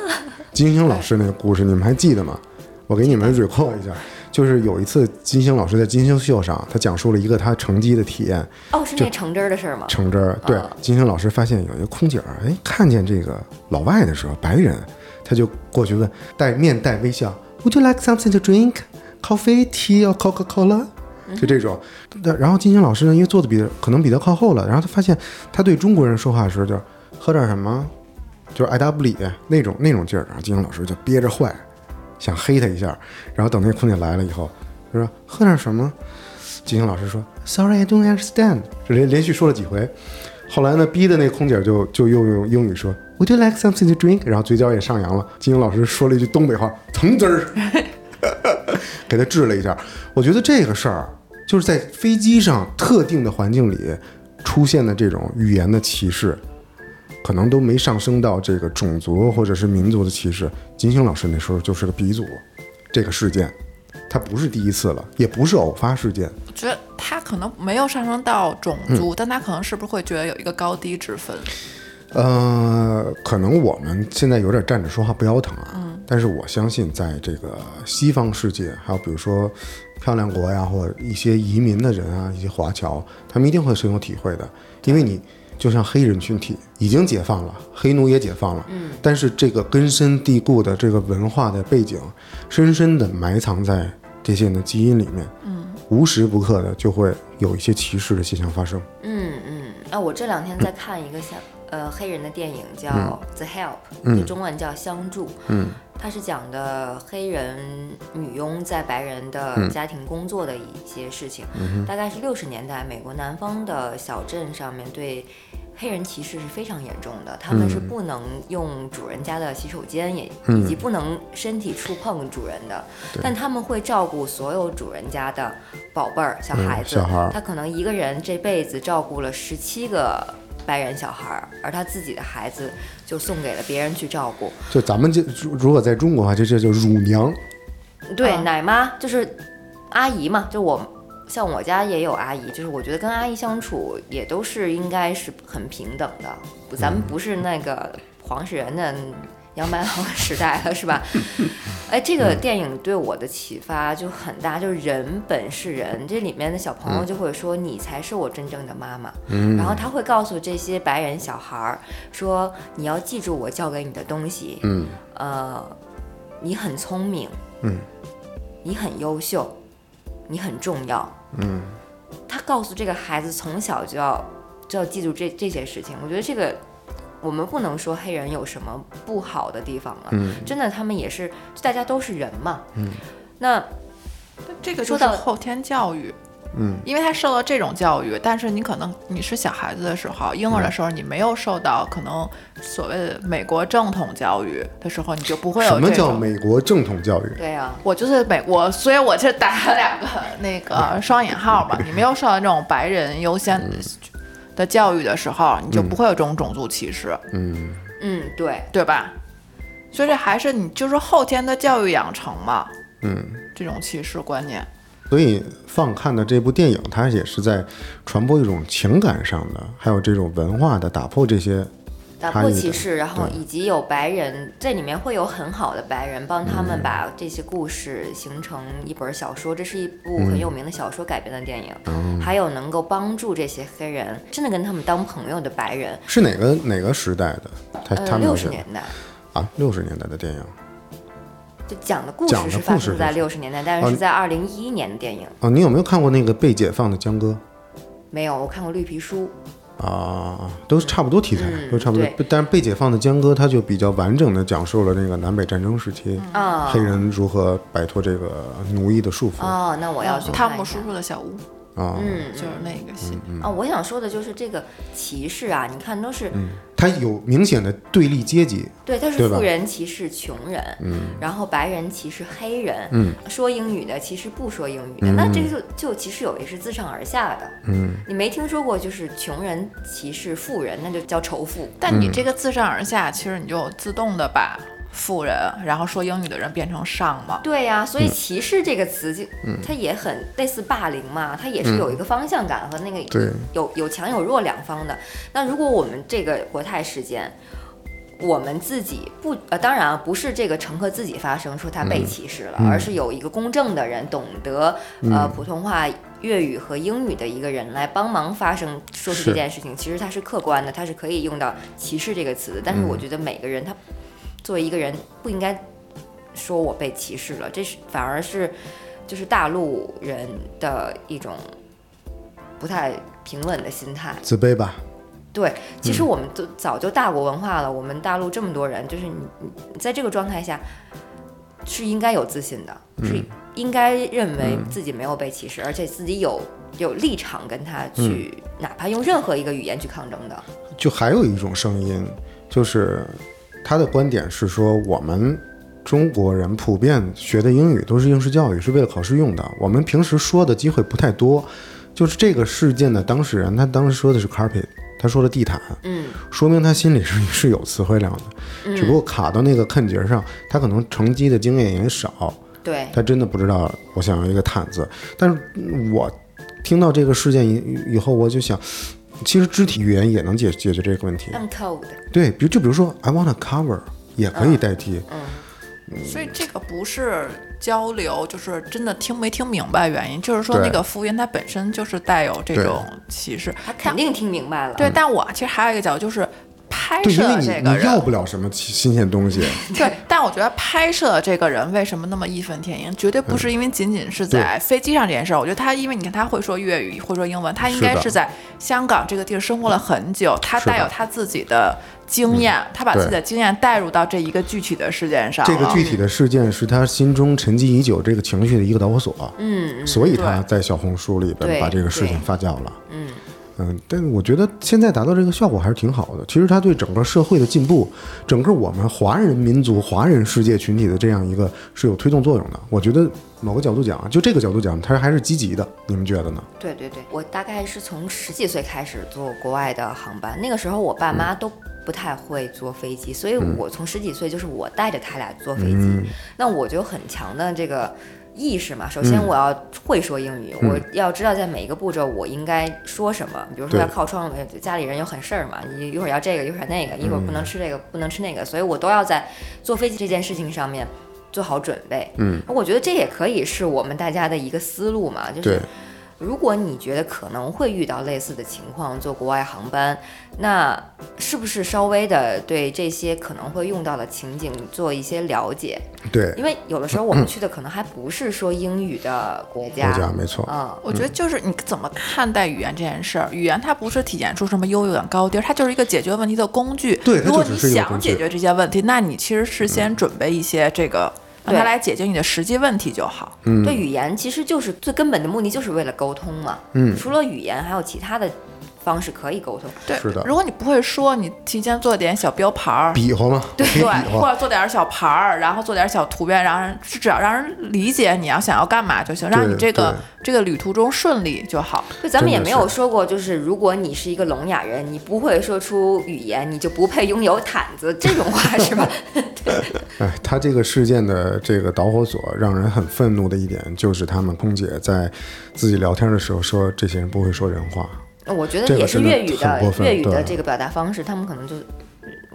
Speaker 3: 金星老师那个故事你们还记得吗？我给你们 recall 一下，就是有一次金星老师在金星秀上，他讲述了一个他乘机的体验，
Speaker 4: 哦，是那橙汁儿的事儿吗？
Speaker 3: 橙汁儿。对，金星老师发现有一个空姐儿，哎，看见这个老外的时候，白人，他就过去问，带面带微笑，Would you like something to drink? Coffee, tea or Coca Cola？就这种，但然后金星老师呢，因为坐的比可能比较靠后了，然后他发现他对中国人说话的时候就喝点什么，就是爱答不理那种那种劲儿，然后金星老师就憋着坏，想黑他一下，然后等那空姐来了以后，他说喝点什么，金星老师说 Sorry, I don't understand，就连连续说了几回。后来呢，逼的那空姐就就又用英语说 Would you like something to drink？然后嘴角也上扬了。金星老师说了一句东北话，橙汁儿， 给他治了一下。我觉得这个事儿啊就是在飞机上特定的环境里出现的这种语言的歧视，可能都没上升到这个种族或者是民族的歧视。金星老师那时候就是个鼻祖，这个事件，它不是第一次了，也不是偶发事件。
Speaker 2: 我觉得他可能没有上升到种
Speaker 3: 嗯
Speaker 2: 族，但他可能是不是会觉得有一个高低之分？
Speaker 3: 呃，可能我们现在有点站着说话不腰疼啊，但是我相信，在这个西方世界，还有比如说漂亮国呀，或者一些移民的人啊，一些华侨，他们一定会深有体会的，因为你就像黑人群体已经解放了，黑奴也解放了，嗯，但是这个根深蒂固的这个文化的背景，深深的埋藏在这些人的基因里面，嗯，无时不刻的就会有一些歧视的现象发生。
Speaker 4: 嗯嗯，啊，我这两天在看一个香呃黑人的电影叫《The
Speaker 3: 嗯
Speaker 4: Help》，就中文叫《相助》。嗯，它是讲的黑人女佣在白人的
Speaker 3: 嗯
Speaker 4: 家庭工作的一些事情，大概是六十年代美国南方的小镇上面对。黑人歧视是非常严重的，
Speaker 3: 嗯
Speaker 4: 他们是不能用主人家的洗手间，也、
Speaker 3: 嗯
Speaker 4: 以及不能身体触碰主人的，但他们会照顾所有主人家的宝贝儿、小
Speaker 3: 嗯
Speaker 4: 孩子，
Speaker 3: 小孩儿
Speaker 4: 他可能一个人这辈子照顾了十七个白人小孩儿，而他自己的孩子就送给了别人去照顾。
Speaker 3: 就咱们这如如果在中国的话，这这叫乳娘。
Speaker 4: 对，
Speaker 2: 啊
Speaker 4: 奶妈就是阿姨嘛，就我像我家也有阿姨，就是我觉得跟阿姨相处也都是应该是很平等的，不咱们不是那个黄世仁的杨白劳时代了，是吧？哎，这个电影对我的启发就很大，就是人本是人，这里面的小朋友就会说你才是我真正的妈妈，然后他会告诉这些白人小孩儿说你要记住我教给你的东西，
Speaker 3: 嗯
Speaker 4: 呃，你很聪明，
Speaker 3: 嗯，
Speaker 4: 你很优秀，你很重要，
Speaker 3: 嗯，
Speaker 4: 他告诉这个孩子从小就要就要记住这这些事情，我觉得这个我们不能说黑人有什么不好的地方了，
Speaker 3: 嗯
Speaker 4: 真的他们也是大家都是人嘛，嗯，那
Speaker 2: 这个就
Speaker 4: 说
Speaker 2: 是
Speaker 4: 到
Speaker 2: 后天教育，
Speaker 3: 嗯，
Speaker 2: 因为他受到这种教育，但是你可能你是小孩子的时候，婴儿的时候，你没有受到可能所谓的美国正统教育的时候，你就不会有
Speaker 3: 什么
Speaker 2: 这
Speaker 3: 叫
Speaker 2: 种。
Speaker 3: 美国正统教育？
Speaker 4: 对啊，
Speaker 2: 我就是美国，所以我这打了两个那个双引号嘛。你没有受到那种白人优先的教育的时候，你就不会有这种种族歧视，
Speaker 3: 嗯，
Speaker 4: 嗯，对，
Speaker 2: 对吧？所以这还是你就是后天的教育养成嘛。
Speaker 3: 嗯，
Speaker 2: 这种歧视观念，
Speaker 3: 所以放看的这部电影，它也是在传播一种情感上的，还有这种文化的打破这些
Speaker 4: 打
Speaker 3: 差
Speaker 4: 破
Speaker 3: 异的
Speaker 4: 歧视，然后
Speaker 3: 对
Speaker 4: 以及有白人，这里面会有很好的白人帮他
Speaker 3: 嗯
Speaker 4: 们把这些故事形成一本小说，这是一部
Speaker 3: 嗯
Speaker 4: 很有名的小说改编的电影。
Speaker 3: 哦
Speaker 4: 还有能够帮助这些黑人，真的跟他们当朋友的白人，
Speaker 3: 是哪个哪个时代的？他他
Speaker 4: 呃，
Speaker 3: 们
Speaker 4: 六
Speaker 3: 有
Speaker 4: 十
Speaker 3: 这个
Speaker 4: 年代。
Speaker 3: 啊，六十年代的电影
Speaker 4: 就讲的故
Speaker 3: 讲
Speaker 4: 事是
Speaker 3: 的
Speaker 4: 发
Speaker 3: 故事
Speaker 4: 生在
Speaker 3: 是啊
Speaker 4: 六十年代，但是是在二零一一年的电影。
Speaker 3: 哦，你有没有看过那个被解放的江歌
Speaker 4: 没有，我看过《绿皮书》。
Speaker 3: 啊？都是差不多题材，
Speaker 4: 嗯
Speaker 3: 都差不多
Speaker 4: 对。
Speaker 3: 不但是被解放的江歌，它就比较完整的讲述了那个南北战争时期、
Speaker 4: 啊
Speaker 3: 嗯黑人如何摆脱这个奴役的束缚啊
Speaker 4: 哦，那我要去
Speaker 2: 嗯汤
Speaker 4: 看
Speaker 2: 姆
Speaker 4: 一
Speaker 2: 叔
Speaker 4: 下。
Speaker 2: 叔的小屋，
Speaker 4: 嗯
Speaker 2: 就是那个戏。
Speaker 3: 嗯
Speaker 4: 啊，我想说的就是这个歧视啊，你看都是
Speaker 3: 它有明显的对立阶级，
Speaker 4: 对，他是
Speaker 3: 对吧嗯
Speaker 4: 富人歧视穷人，然后白人歧视黑人，说英语的歧视不说英
Speaker 3: 嗯
Speaker 4: 语的，那这个就就其实有也是自上而下的，你没听说过就是穷人歧视富人，那就叫仇富，
Speaker 2: 但
Speaker 3: 嗯
Speaker 2: 你这个自上而下，其实你就自动的把富人，然后说英语的人变成上嘛。
Speaker 4: 对呀、所以歧视这个词就、它也很类似霸凌嘛，它也是有一个方向感和那个
Speaker 3: 对
Speaker 4: 有有强有弱两方的。那如果我们这个国泰事件，我们自己不呃，当然啊，不是这个乘客自己发声说他被歧视了，而是有一个公正的人懂得呃普通话。粤语和英语的一个人来帮忙发声，说出
Speaker 3: 是
Speaker 4: 这件事情，其实它是客观的，它是可以用到“歧视”这个词的。但是我觉得每个人他作为一个人不应该说我被歧视了，这是反而是就是大陆人的一种不太平稳的心态。
Speaker 3: 自卑吧？
Speaker 4: 对，其实我们都早就大国文化了，我们大陆这么多人，就是你你你在这个状态下是应该有自信的，是应该认为自己没有被歧视，而且自己有有立场跟他去，哪怕用任何一个语言去抗争的。
Speaker 3: 就还有一种声音，就是他的观点是说，我们中国人普遍学的英语都是应试教育，是为了考试用的。我们平时说的机会不太多。就是这个事件的当事人，他当时说的是 carpet，他说了地毯，
Speaker 4: 嗯，
Speaker 3: 说明他心里是是有词汇量的，只不过卡到那个坎节上，他可能乘机的经验也少，
Speaker 4: 对，
Speaker 3: 他真的不知道我想要一个毯子。但是嗯我听到这个事件以以后，我就想，其实肢体语言也能解解决这个问题。
Speaker 4: I'm cold。
Speaker 3: 对，比如就比如说 I want a cover 也可以代替。
Speaker 4: 嗯
Speaker 2: 所以这个不是交流，就是真的听没听明白原因，就是说
Speaker 3: 对嗯
Speaker 2: 那个服务员他本身就是带有这种歧视。
Speaker 4: 他肯定听明白了。
Speaker 2: 对，但我其实还有一个角度就是拍
Speaker 3: 对，因为
Speaker 2: 摄
Speaker 3: 你
Speaker 2: 这个
Speaker 3: 你要
Speaker 2: 人，
Speaker 3: 不了什么新新鲜东西，
Speaker 2: 对，但我觉得拍摄这个人为什么那么义愤填膺，绝对不
Speaker 3: 嗯
Speaker 2: 是因为仅仅是在飞机上这件事儿。我觉得他，因为你看他会说粤语，会说英文，他应该
Speaker 3: 是的
Speaker 2: 是在香港这个地儿生活了很久，他
Speaker 3: 是的嗯
Speaker 2: 带有他自己的经验，他把
Speaker 3: 对
Speaker 2: 自己的经验带入到这一个具体的事件上了。
Speaker 3: 这个具体的事件是他心中沉积已久这个情绪的一个导火索。
Speaker 4: 嗯，嗯
Speaker 3: 所以他在小红书里边
Speaker 4: 对
Speaker 3: 把这个事情
Speaker 4: 对
Speaker 3: 发酵了。
Speaker 4: 嗯
Speaker 3: 嗯，但是我觉得现在达到这个效果还是挺好的。其实他对整个社会的进步，整个我们华人民族、华人世界群体的这样一个是有推动作用的。我觉得某个角度讲啊，就这个角度讲，它还是积极的。你们觉得呢？
Speaker 4: 对对对，我大概是从十几岁开始坐国外的航班，那个时候我爸妈都不太会坐飞机，所以我从十几岁就是我带着他俩坐飞机，那我就很强的这个意识嘛。首先，我要会说英语，我要知道在每一个步骤我应该说什么。比如说
Speaker 3: 对
Speaker 4: 要靠窗，呃家里人有很事儿嘛，你一会儿要这个，一会儿那个，一会儿不能吃这个，不能吃那个，所以我都要在坐飞机这件事情上面做好准备。嗯，我觉得这也可以是我们大家的一个思路嘛，嗯就是
Speaker 3: 对
Speaker 4: 如果你觉得可能会遇到类似的情况，坐国外航班，那是不是稍微的对这些可能会用到的情景做一些了解？
Speaker 3: 对，
Speaker 4: 因为有的时候我们去的可能还不是说英语的国家，
Speaker 3: 国家没错，
Speaker 4: 嗯，
Speaker 2: 我觉得就是你怎么看待语言这件事儿，语言它不是体现出什么优越感高低，它就是一个解决问题的工具。
Speaker 3: 对它
Speaker 2: 如果
Speaker 3: 就
Speaker 2: 你
Speaker 3: 只是一个
Speaker 2: 想
Speaker 3: 工具嗯
Speaker 2: 解决这些问题，那你其实事先准备一些这个，让它
Speaker 4: 对
Speaker 2: 来解决你的实际问题就好。
Speaker 3: 嗯
Speaker 4: 对，语言其实就是最根本的目的，就是为了沟通嘛。嗯，除了语言，还有其他的方式可以沟通。
Speaker 2: 对，
Speaker 3: 是的
Speaker 2: 如果你不会说，你提前做点小标牌儿。
Speaker 3: 比 划嘛，对
Speaker 2: 对
Speaker 3: 比，
Speaker 2: 或
Speaker 3: 划，
Speaker 2: 者做点小牌儿，然后做点小图片，让人只要让人理解你要想要干嘛就行，让你这个这个旅途中顺利就好。
Speaker 4: 就咱们也
Speaker 3: 真的
Speaker 4: 没
Speaker 3: 是
Speaker 4: 有说过，就是如果你是一个聋哑人，你不会说出语言，你就不配拥有毯子这种话是吧？
Speaker 3: 哎，他这个事件的这个导火索让人很愤怒的一点，就是他们空姐在自己聊天的时候说这些人不会说人话，
Speaker 4: 我觉
Speaker 3: 这
Speaker 4: 得
Speaker 3: 个
Speaker 4: 也是
Speaker 3: 真的
Speaker 4: 粤语
Speaker 3: 很过分
Speaker 4: 粤语的
Speaker 3: 对
Speaker 4: 这个表达方式，他们可能就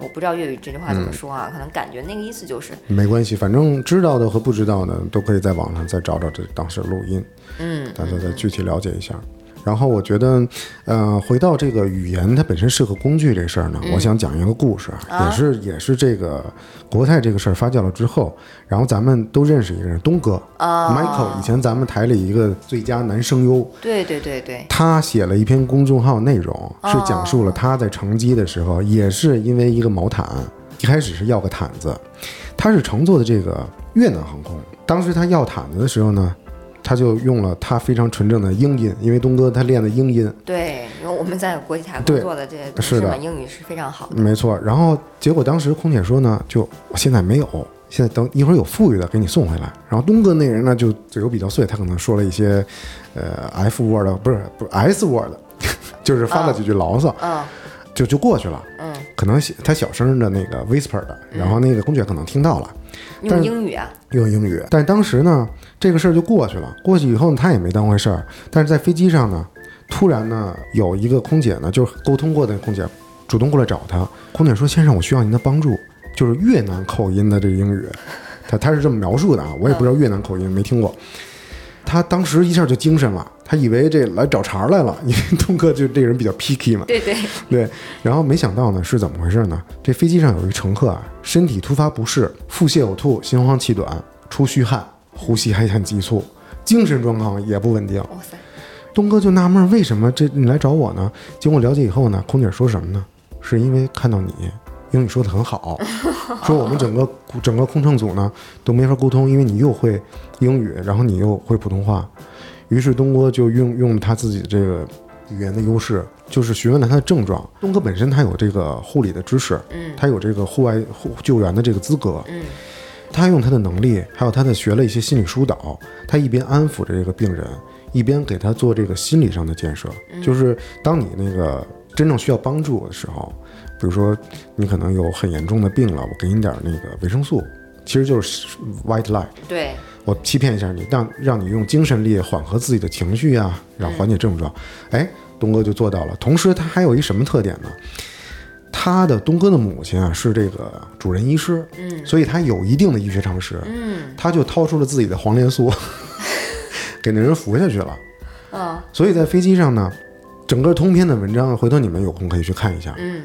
Speaker 4: 我不知道粤语这句话怎么
Speaker 3: 嗯
Speaker 4: 说啊，可能感觉那个意思就是，
Speaker 3: 没关系，反正知道的和不知道的都可以在网上再找找这当时的录音，
Speaker 4: 嗯，
Speaker 3: 大家再具体了解一下。然后我觉得，呃，回到这个语言它本身是个工具这事儿呢，我想讲一个故事，啊也是也是这个国泰这个事儿发酵了之后，然后咱们都认识一个人，东哥、m
Speaker 4: 嗯哦
Speaker 3: i c h a e l 以前咱们台里一个最佳男声优，
Speaker 4: 对对对对，
Speaker 3: 他写了一篇公众号内容，是讲述了他在乘机的时候，也是因为一个毛毯，一开始是要个毯子，他是乘坐的这个越南航空，当时他要毯子的时候呢，他就用了他非常纯正的英音，因为东哥他练的英音，
Speaker 4: 对，因为我们在国际台工
Speaker 3: 对
Speaker 4: 作的这些同
Speaker 3: 是
Speaker 4: 事
Speaker 3: 的
Speaker 4: 们英语是非常好的，
Speaker 3: 没错。然后结果当时空姐说呢，就我现在没有，现在等一会儿有富裕的给你送回来。然后东哥那人呢就嘴又比较碎，他可能说了一些呃 F word 不是不是 S word，就是发了几句牢骚。
Speaker 4: 嗯
Speaker 3: 就就过去了。
Speaker 4: 嗯，
Speaker 3: 可能他小声的那个 whisper 的，然后那个空姐可能听到了，
Speaker 4: 用
Speaker 3: 但是
Speaker 4: 英语啊，
Speaker 3: 用英语。但当时呢，这个事儿就过去了。过去以后呢，他也没当回事儿。但是在飞机上呢，突然呢，有一个空姐呢，就是沟通过的空姐，主动过来找他。空姐说：“先生，我需要您的帮助。”就是越南口音的这个英语，他他是这么描述的啊，我也不知道越南口音，没听过。他当时一下就精神了，他以为这来找茬儿来了，因为东哥就这人比较 picky 嘛，
Speaker 4: 对对，
Speaker 3: 对，然后没想到呢是怎么回事呢？这飞机上有一乘客啊，身体突发不适，腹泻呕吐，心慌气短，出虚汗，呼吸还很急促，精神状况也不稳定。
Speaker 4: 哇塞，
Speaker 3: 东哥就纳闷儿，为什么这你来找我呢？经过了解以后呢，空姐说什么呢？是因为看到你英语说的很好，说我们整个整个空乘组呢都没法沟通，因为你又会英语，然后你又会普通话。于是东哥就用用他自己这个语言的优势，就是询问了他的症状。东哥本身他有这个护理的知识，
Speaker 4: 嗯
Speaker 3: 他有这个户外护救援的这个资格，
Speaker 4: 嗯
Speaker 3: 他用他的能力，还有他的学了一些心理疏导，他一边安抚着这个病人，一边给他做这个心理上的建设。就是当你那个真正需要帮助的时候，比如说你可能有很严重的病了，我给你点儿那个维生素，其实就是 white lie，
Speaker 4: 对，
Speaker 3: 我欺骗一下你，让让你用精神力缓和自己的情绪啊，然后缓解症状。哎，东哥就做到了。同时，他还有一什么特点呢？他的东哥的母亲啊是这个主任医师，嗯，所以他有一定的医学常识，
Speaker 4: 嗯
Speaker 3: 他就掏出了自己的黄连素， 给那人服下去了。
Speaker 4: 嗯
Speaker 3: 所以在飞机上呢，整个通篇的文章，回头你们有空可以去看一下。
Speaker 4: 嗯，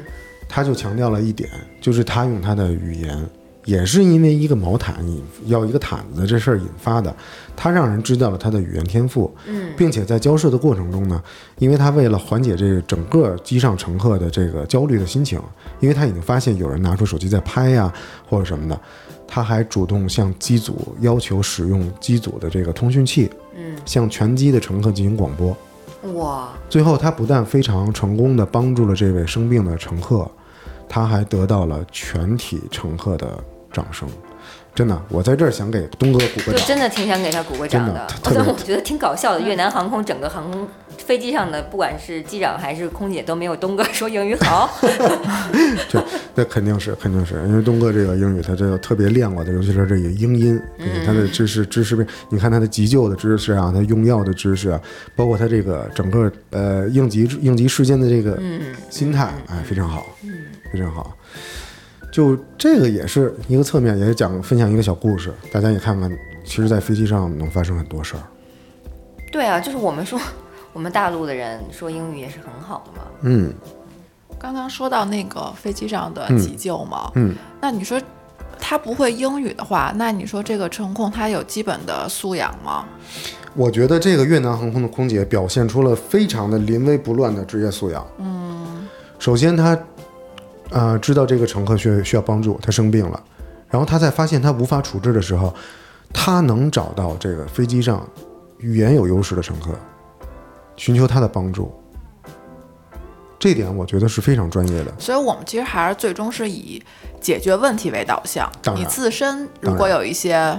Speaker 3: 他就强调了一点，就是他用他的语言，也是因为一个毛毯引要一个毯子这事儿引发的，他让人知道了他的语言天赋，
Speaker 4: 嗯，
Speaker 3: 并且在交涉的过程中呢，因为他为了缓解这个整个机上乘客的这个焦虑的心情，因为他已经发现有人拿出手机在拍呀、或者什么的，他还主动向机组要求使用机组的这个通讯器，
Speaker 4: 嗯，
Speaker 3: 向全机的乘客进行广播，
Speaker 4: 哇，
Speaker 3: 最后，他不但非常成功地帮助了这位生病的乘客，他还得到了全体乘客的掌声。真的，我在这儿想给东哥鼓个
Speaker 4: 就
Speaker 3: 掌。
Speaker 4: 真的挺想给他鼓个掌
Speaker 3: 真的特
Speaker 4: 我
Speaker 3: 特
Speaker 4: 怎
Speaker 3: 别
Speaker 4: 么觉得挺搞笑的？越南航空整个航空飞机上的，不管是机长还是空姐，都没有东哥说英语好。
Speaker 3: 对，那肯定是，肯定是因为东哥这个英语，他这个特别练过的，尤其是这个英音，对他的知识知识面，你看他的急救的知识啊，他用药的知识啊，包括他这个整个呃应急应急事件的这个心态，哎，非常好，非常好。就这个也是一个侧面，也讲分享一个小故事，大家也看看，其实，在飞机上能发生很多事儿。
Speaker 4: 对啊，就是我们说，我们大陆的人说英语也是很好的嘛。
Speaker 3: 嗯，
Speaker 2: 刚刚说到那个飞机上的急救嘛，
Speaker 3: 嗯嗯
Speaker 2: 那你说他不会英语的话，那你说这个乘控他有基本的素养吗？
Speaker 3: 我觉得这个越南航空的空姐表现出了非常的临危不乱的职业素养。嗯，首先她，呃，知道这个乘客需要需要帮助，他生病了，然后她在发现她无法处置的时候，她能找到这个飞机上语言有优势的乘客，寻求他的帮助。这点我觉得是非常专业的。
Speaker 2: 所以我们其实还是最终是以解决问题为导向
Speaker 3: 当。然
Speaker 2: 你自身如果有一些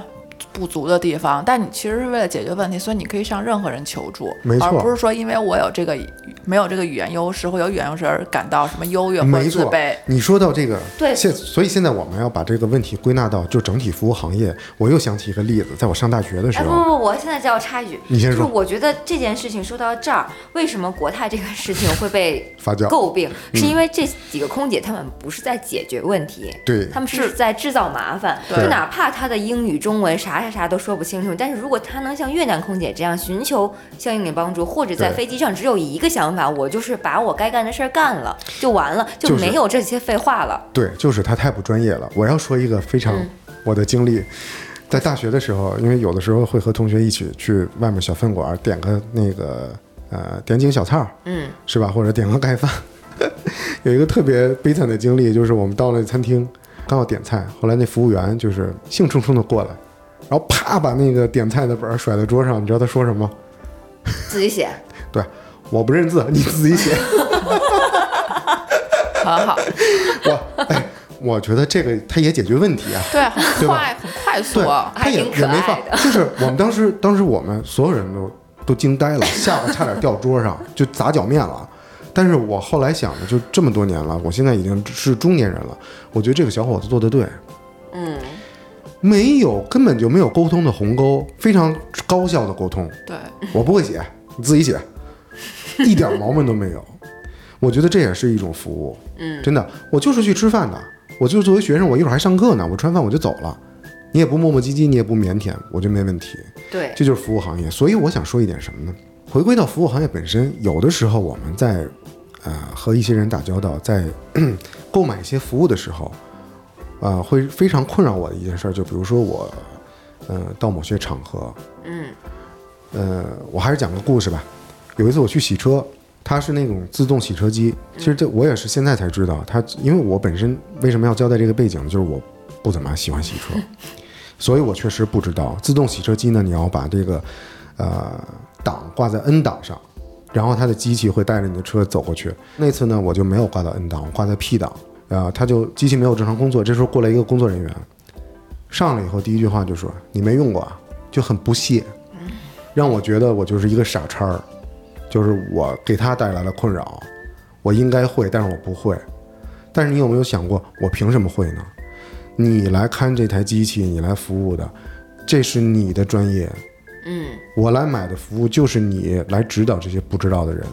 Speaker 2: 不足的地方，但你其实是为了解决问题，所以你可以向任何人求助，
Speaker 3: 没错
Speaker 2: 而不是说因为我有这个没有这个语言优势或有语言优势而感到什么优越或
Speaker 3: 没
Speaker 2: 者自
Speaker 3: 错
Speaker 2: 卑。，
Speaker 3: 你说到这个，
Speaker 4: 对
Speaker 3: 现所以现在我们要把这个问题归纳到就整体服务行业。我又想起一个例子，在我上大学的时
Speaker 4: 哎，不
Speaker 3: 候，
Speaker 4: 不不，我现在就要插一句，
Speaker 3: 你先
Speaker 4: 就是
Speaker 3: 说
Speaker 4: 我觉得这件事情说到这儿，为什么国泰这个事情会被
Speaker 3: 发酵
Speaker 4: 诟病，
Speaker 3: 嗯
Speaker 4: 是因为这几个空姐她们不是在解决问题，
Speaker 3: 对
Speaker 4: 她们是在制造麻烦。
Speaker 2: 对
Speaker 4: 就哪怕她的英语、中文啥啥啥都说不清楚，但是如果她能像越南空姐这样寻求相应的帮助，或者在
Speaker 3: 对
Speaker 4: 飞机上只有一个想法，我就是把我该干的事儿干了就完了，就
Speaker 3: 就是
Speaker 4: 没有这些废话了。
Speaker 3: 对，就是他太不专业了。我要说一个非常我的经历，在大学的时候，因为有的时候会和同学一起去外面小饭馆点个那个呃点几个小菜儿，
Speaker 4: 嗯，
Speaker 3: 是吧？或者点个盖饭。 有一个特别悲惨的经历，就是我们到了餐厅，刚要点菜，后来那服务员就是兴冲冲的过来，然后啪把那个点菜的本儿甩在桌上，你知道他说什么吗？
Speaker 4: 自己写，
Speaker 3: 对，我不认字，你自己写。
Speaker 2: 很好，
Speaker 3: 我哎，我觉得这个他也解决问题啊。
Speaker 2: 对，很
Speaker 3: 对吧
Speaker 2: 快，很快速
Speaker 3: 对，
Speaker 2: 啊。
Speaker 3: 他也
Speaker 4: 哦还挺可
Speaker 3: 也
Speaker 4: 爱
Speaker 3: 没放，就是我们当时 当时我们所有人都都惊呆了，吓得差点掉桌上，就砸脚面了。但是我后来想的，就这么多年了，我现在已经是中年人了，我觉得这个小伙子做的对，
Speaker 4: 嗯，
Speaker 3: 没有根本就没有沟通的鸿沟，非常高效的沟通。
Speaker 2: 对，
Speaker 3: 我不会写，你自己写，一点毛病都没有。我觉得这也是一种服务，嗯，真的，我就是去吃饭的，我就是作为学生，我一会儿还上课呢，我吃完饭我就走了，你也不磨磨唧唧，你也不腼腆，我觉得没问题，
Speaker 4: 对，
Speaker 3: 这就是服务行业。所以我想说一点什么呢？回归到服务行业本身，有的时候我们在呃和一些人打交道，在 购买一些服务的时候，呃，会非常困扰我的一件事儿，就比如说我，呃，到某些场合，
Speaker 4: 嗯
Speaker 3: 呃，我还是讲个故事吧。有一次我去洗车，它是那种自动洗车机。
Speaker 4: 嗯
Speaker 3: 其实这我也是现在才知道，它因为我本身为什么要交代这个背景，就是我不怎么喜欢洗车，所以我确实不知道自动洗车机呢，你要把这个呃档挂在 N 档上，然后它的机器会带着你的车走过去。那次呢，我就没有挂到 N 档，我挂在 P 档，然后它就机器没有正常工作。这时候过来一个工作人员，上来以后第一句话就说：“你没用过啊？”就很不屑。让我觉得我就是一个傻叉儿，就是我给他带来了困扰。我应该会，但是我不会。但是你有没有想过，我凭什么会呢？你来看这台机器，你来服务的，这是你的专业。
Speaker 4: 嗯，
Speaker 3: 我来买的服务就是你来指导这些不知道的人。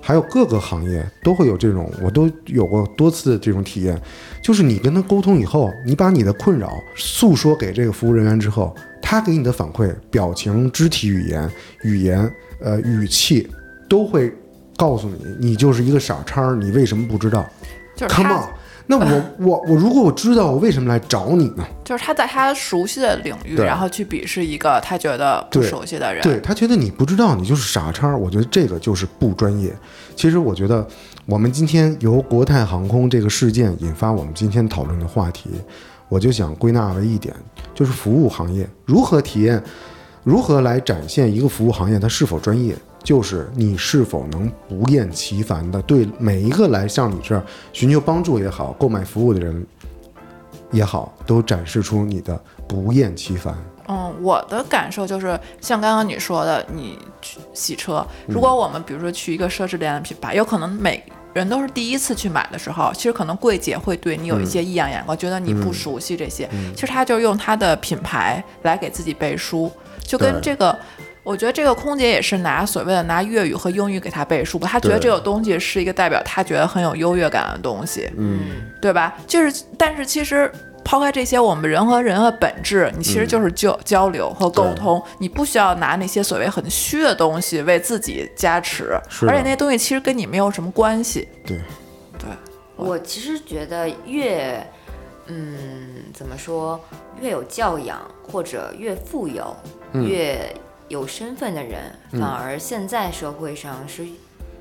Speaker 3: 还有各个行业都会有这种，我都有过多次的这种体验，就是你跟他沟通以后，你把你的困扰诉说给这个服务人员之后，他给你的反馈、表情、肢体语言、语言、呃语气，都会告诉你，你就是一个傻叉儿，你为什么不知道
Speaker 2: 就是
Speaker 3: ？Come
Speaker 2: 他
Speaker 3: on，那我我我如果我知道，我为什么来找你呢？
Speaker 2: 就是他在他熟悉的领域，
Speaker 3: 对
Speaker 2: 然后去鄙视一个他觉得不
Speaker 3: 对
Speaker 2: 熟悉的人。
Speaker 3: 对他觉得你不知道，你就是傻叉儿。我觉得这个就是不专业。其实我觉得，我们今天由国泰航空这个事件引发我们今天讨论的话题，我就想归纳为一点，就是服务行业如何体验，如何来展现一个服务行业它是否专业，就是你是否能不厌其烦的对每一个来向你这儿寻求帮助也好、购买服务的人，也好，都展示出你的不厌其烦。
Speaker 2: 嗯，我的感受就是，像刚刚你说的，你去洗车，如
Speaker 3: 嗯
Speaker 2: 果我们比如说去一个奢侈店的品牌，有可能每人都是第一次去买的时候，其实可能柜姐会对
Speaker 3: 嗯
Speaker 2: 你有一些异样眼光，觉得你不熟悉这些。其实她就用她的品牌来给自己背书，就跟
Speaker 3: 对
Speaker 2: 这个。我觉得这个空姐也是拿所谓的拿粤语和英语给她背书吧，她觉得
Speaker 3: 对
Speaker 2: 这个东西是一个代表她觉得很有优越感的东西。
Speaker 4: 嗯，
Speaker 2: 对吧？就是，但是其实抛开这些，我们人和人的本质，你其
Speaker 3: 嗯
Speaker 2: 实就是交、交流和沟通，你不需要拿那些所谓很虚的东西为自己加持，
Speaker 3: 是的
Speaker 2: 而且那些东西其实跟你没有什么关系。
Speaker 3: 对，
Speaker 2: 对，
Speaker 4: 我其实觉得越，嗯，怎么说，越有教养或者越富有、
Speaker 3: 嗯
Speaker 4: 越有身份的人，反而现在社会上是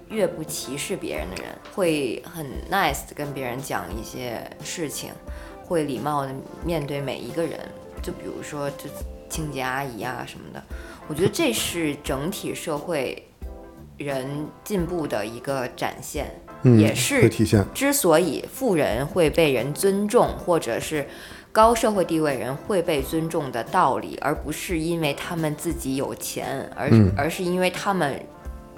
Speaker 4: 越不歧视别人的人，会很 nice 的跟别人讲一些事情，会礼貌的面对每一个人。就比如说，就清洁阿姨啊什么的，我觉得这是整体社会人进步的一个展现，
Speaker 3: 嗯，
Speaker 4: 也是
Speaker 3: 会体现。
Speaker 4: 之所以富人会被人尊重，或者是高社会地位人会被尊重的道理，而不是因为他们自己有钱，而、而是因为他们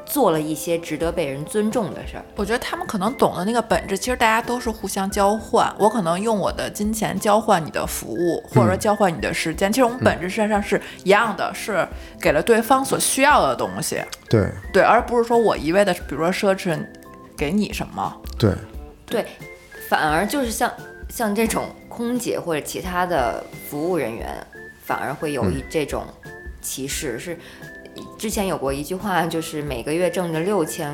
Speaker 4: 做了一些值得被人尊重的事儿。
Speaker 2: 我觉得他们可能懂的那个本质，其实大家都是互相交换。我可能用我的金钱交换你的服务，或
Speaker 3: 嗯
Speaker 2: 者说交换你的时间。其实我们本质身上是一样的，是给了对方所需要的东西，
Speaker 3: 对
Speaker 2: 对，而不是说我一味的，比如说奢侈给你什么。
Speaker 3: 对，
Speaker 4: 对，反而就是像像这种空姐或者其他的服务人员，反而会有一这种歧视。是之前有过一句话，就是每个月挣着六千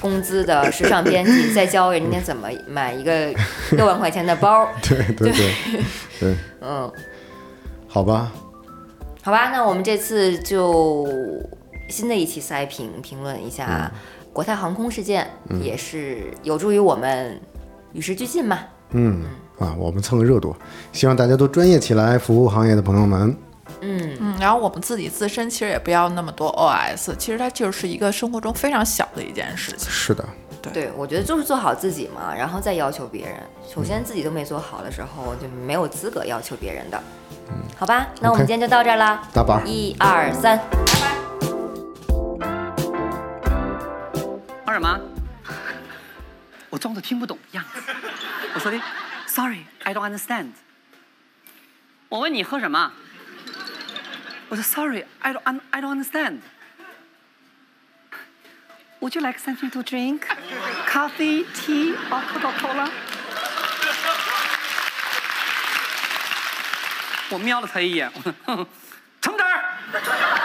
Speaker 4: 工资的时尚编辑，再教人家怎么买一个六万块钱的包。
Speaker 3: 对对对对，
Speaker 4: 嗯，
Speaker 3: 好吧，
Speaker 4: 好吧，那我们这次就新的一期塞评评论一下国泰航空事件，也是有助于我们与时俱进嘛。
Speaker 3: 嗯啊，我们蹭个热度，希望大家都专业起来，服务行业的朋友们。
Speaker 4: 嗯，
Speaker 2: 嗯，然后我们自己自身其实也不要那么多 OS，其实它就是一个生活中非常小的一件事情。
Speaker 3: 是的，
Speaker 4: 对，我觉得就是做好自己嘛，然后再要求别人。首先自己都没做好的时候，就没有资格要求别人的。好吧，那我们
Speaker 3: OK
Speaker 4: 今天就到这儿啦。
Speaker 3: 打板儿
Speaker 4: 一二三，
Speaker 5: 二妈， 我装作听不懂一样。我说的，Sorry，I don't understand。我问你喝什么？我说 Sorry，I don't un- I don't understand。Would you like something to drink? Coffee, tea, or Coca-Cola? 我瞄了他一眼，我说哼，成不成？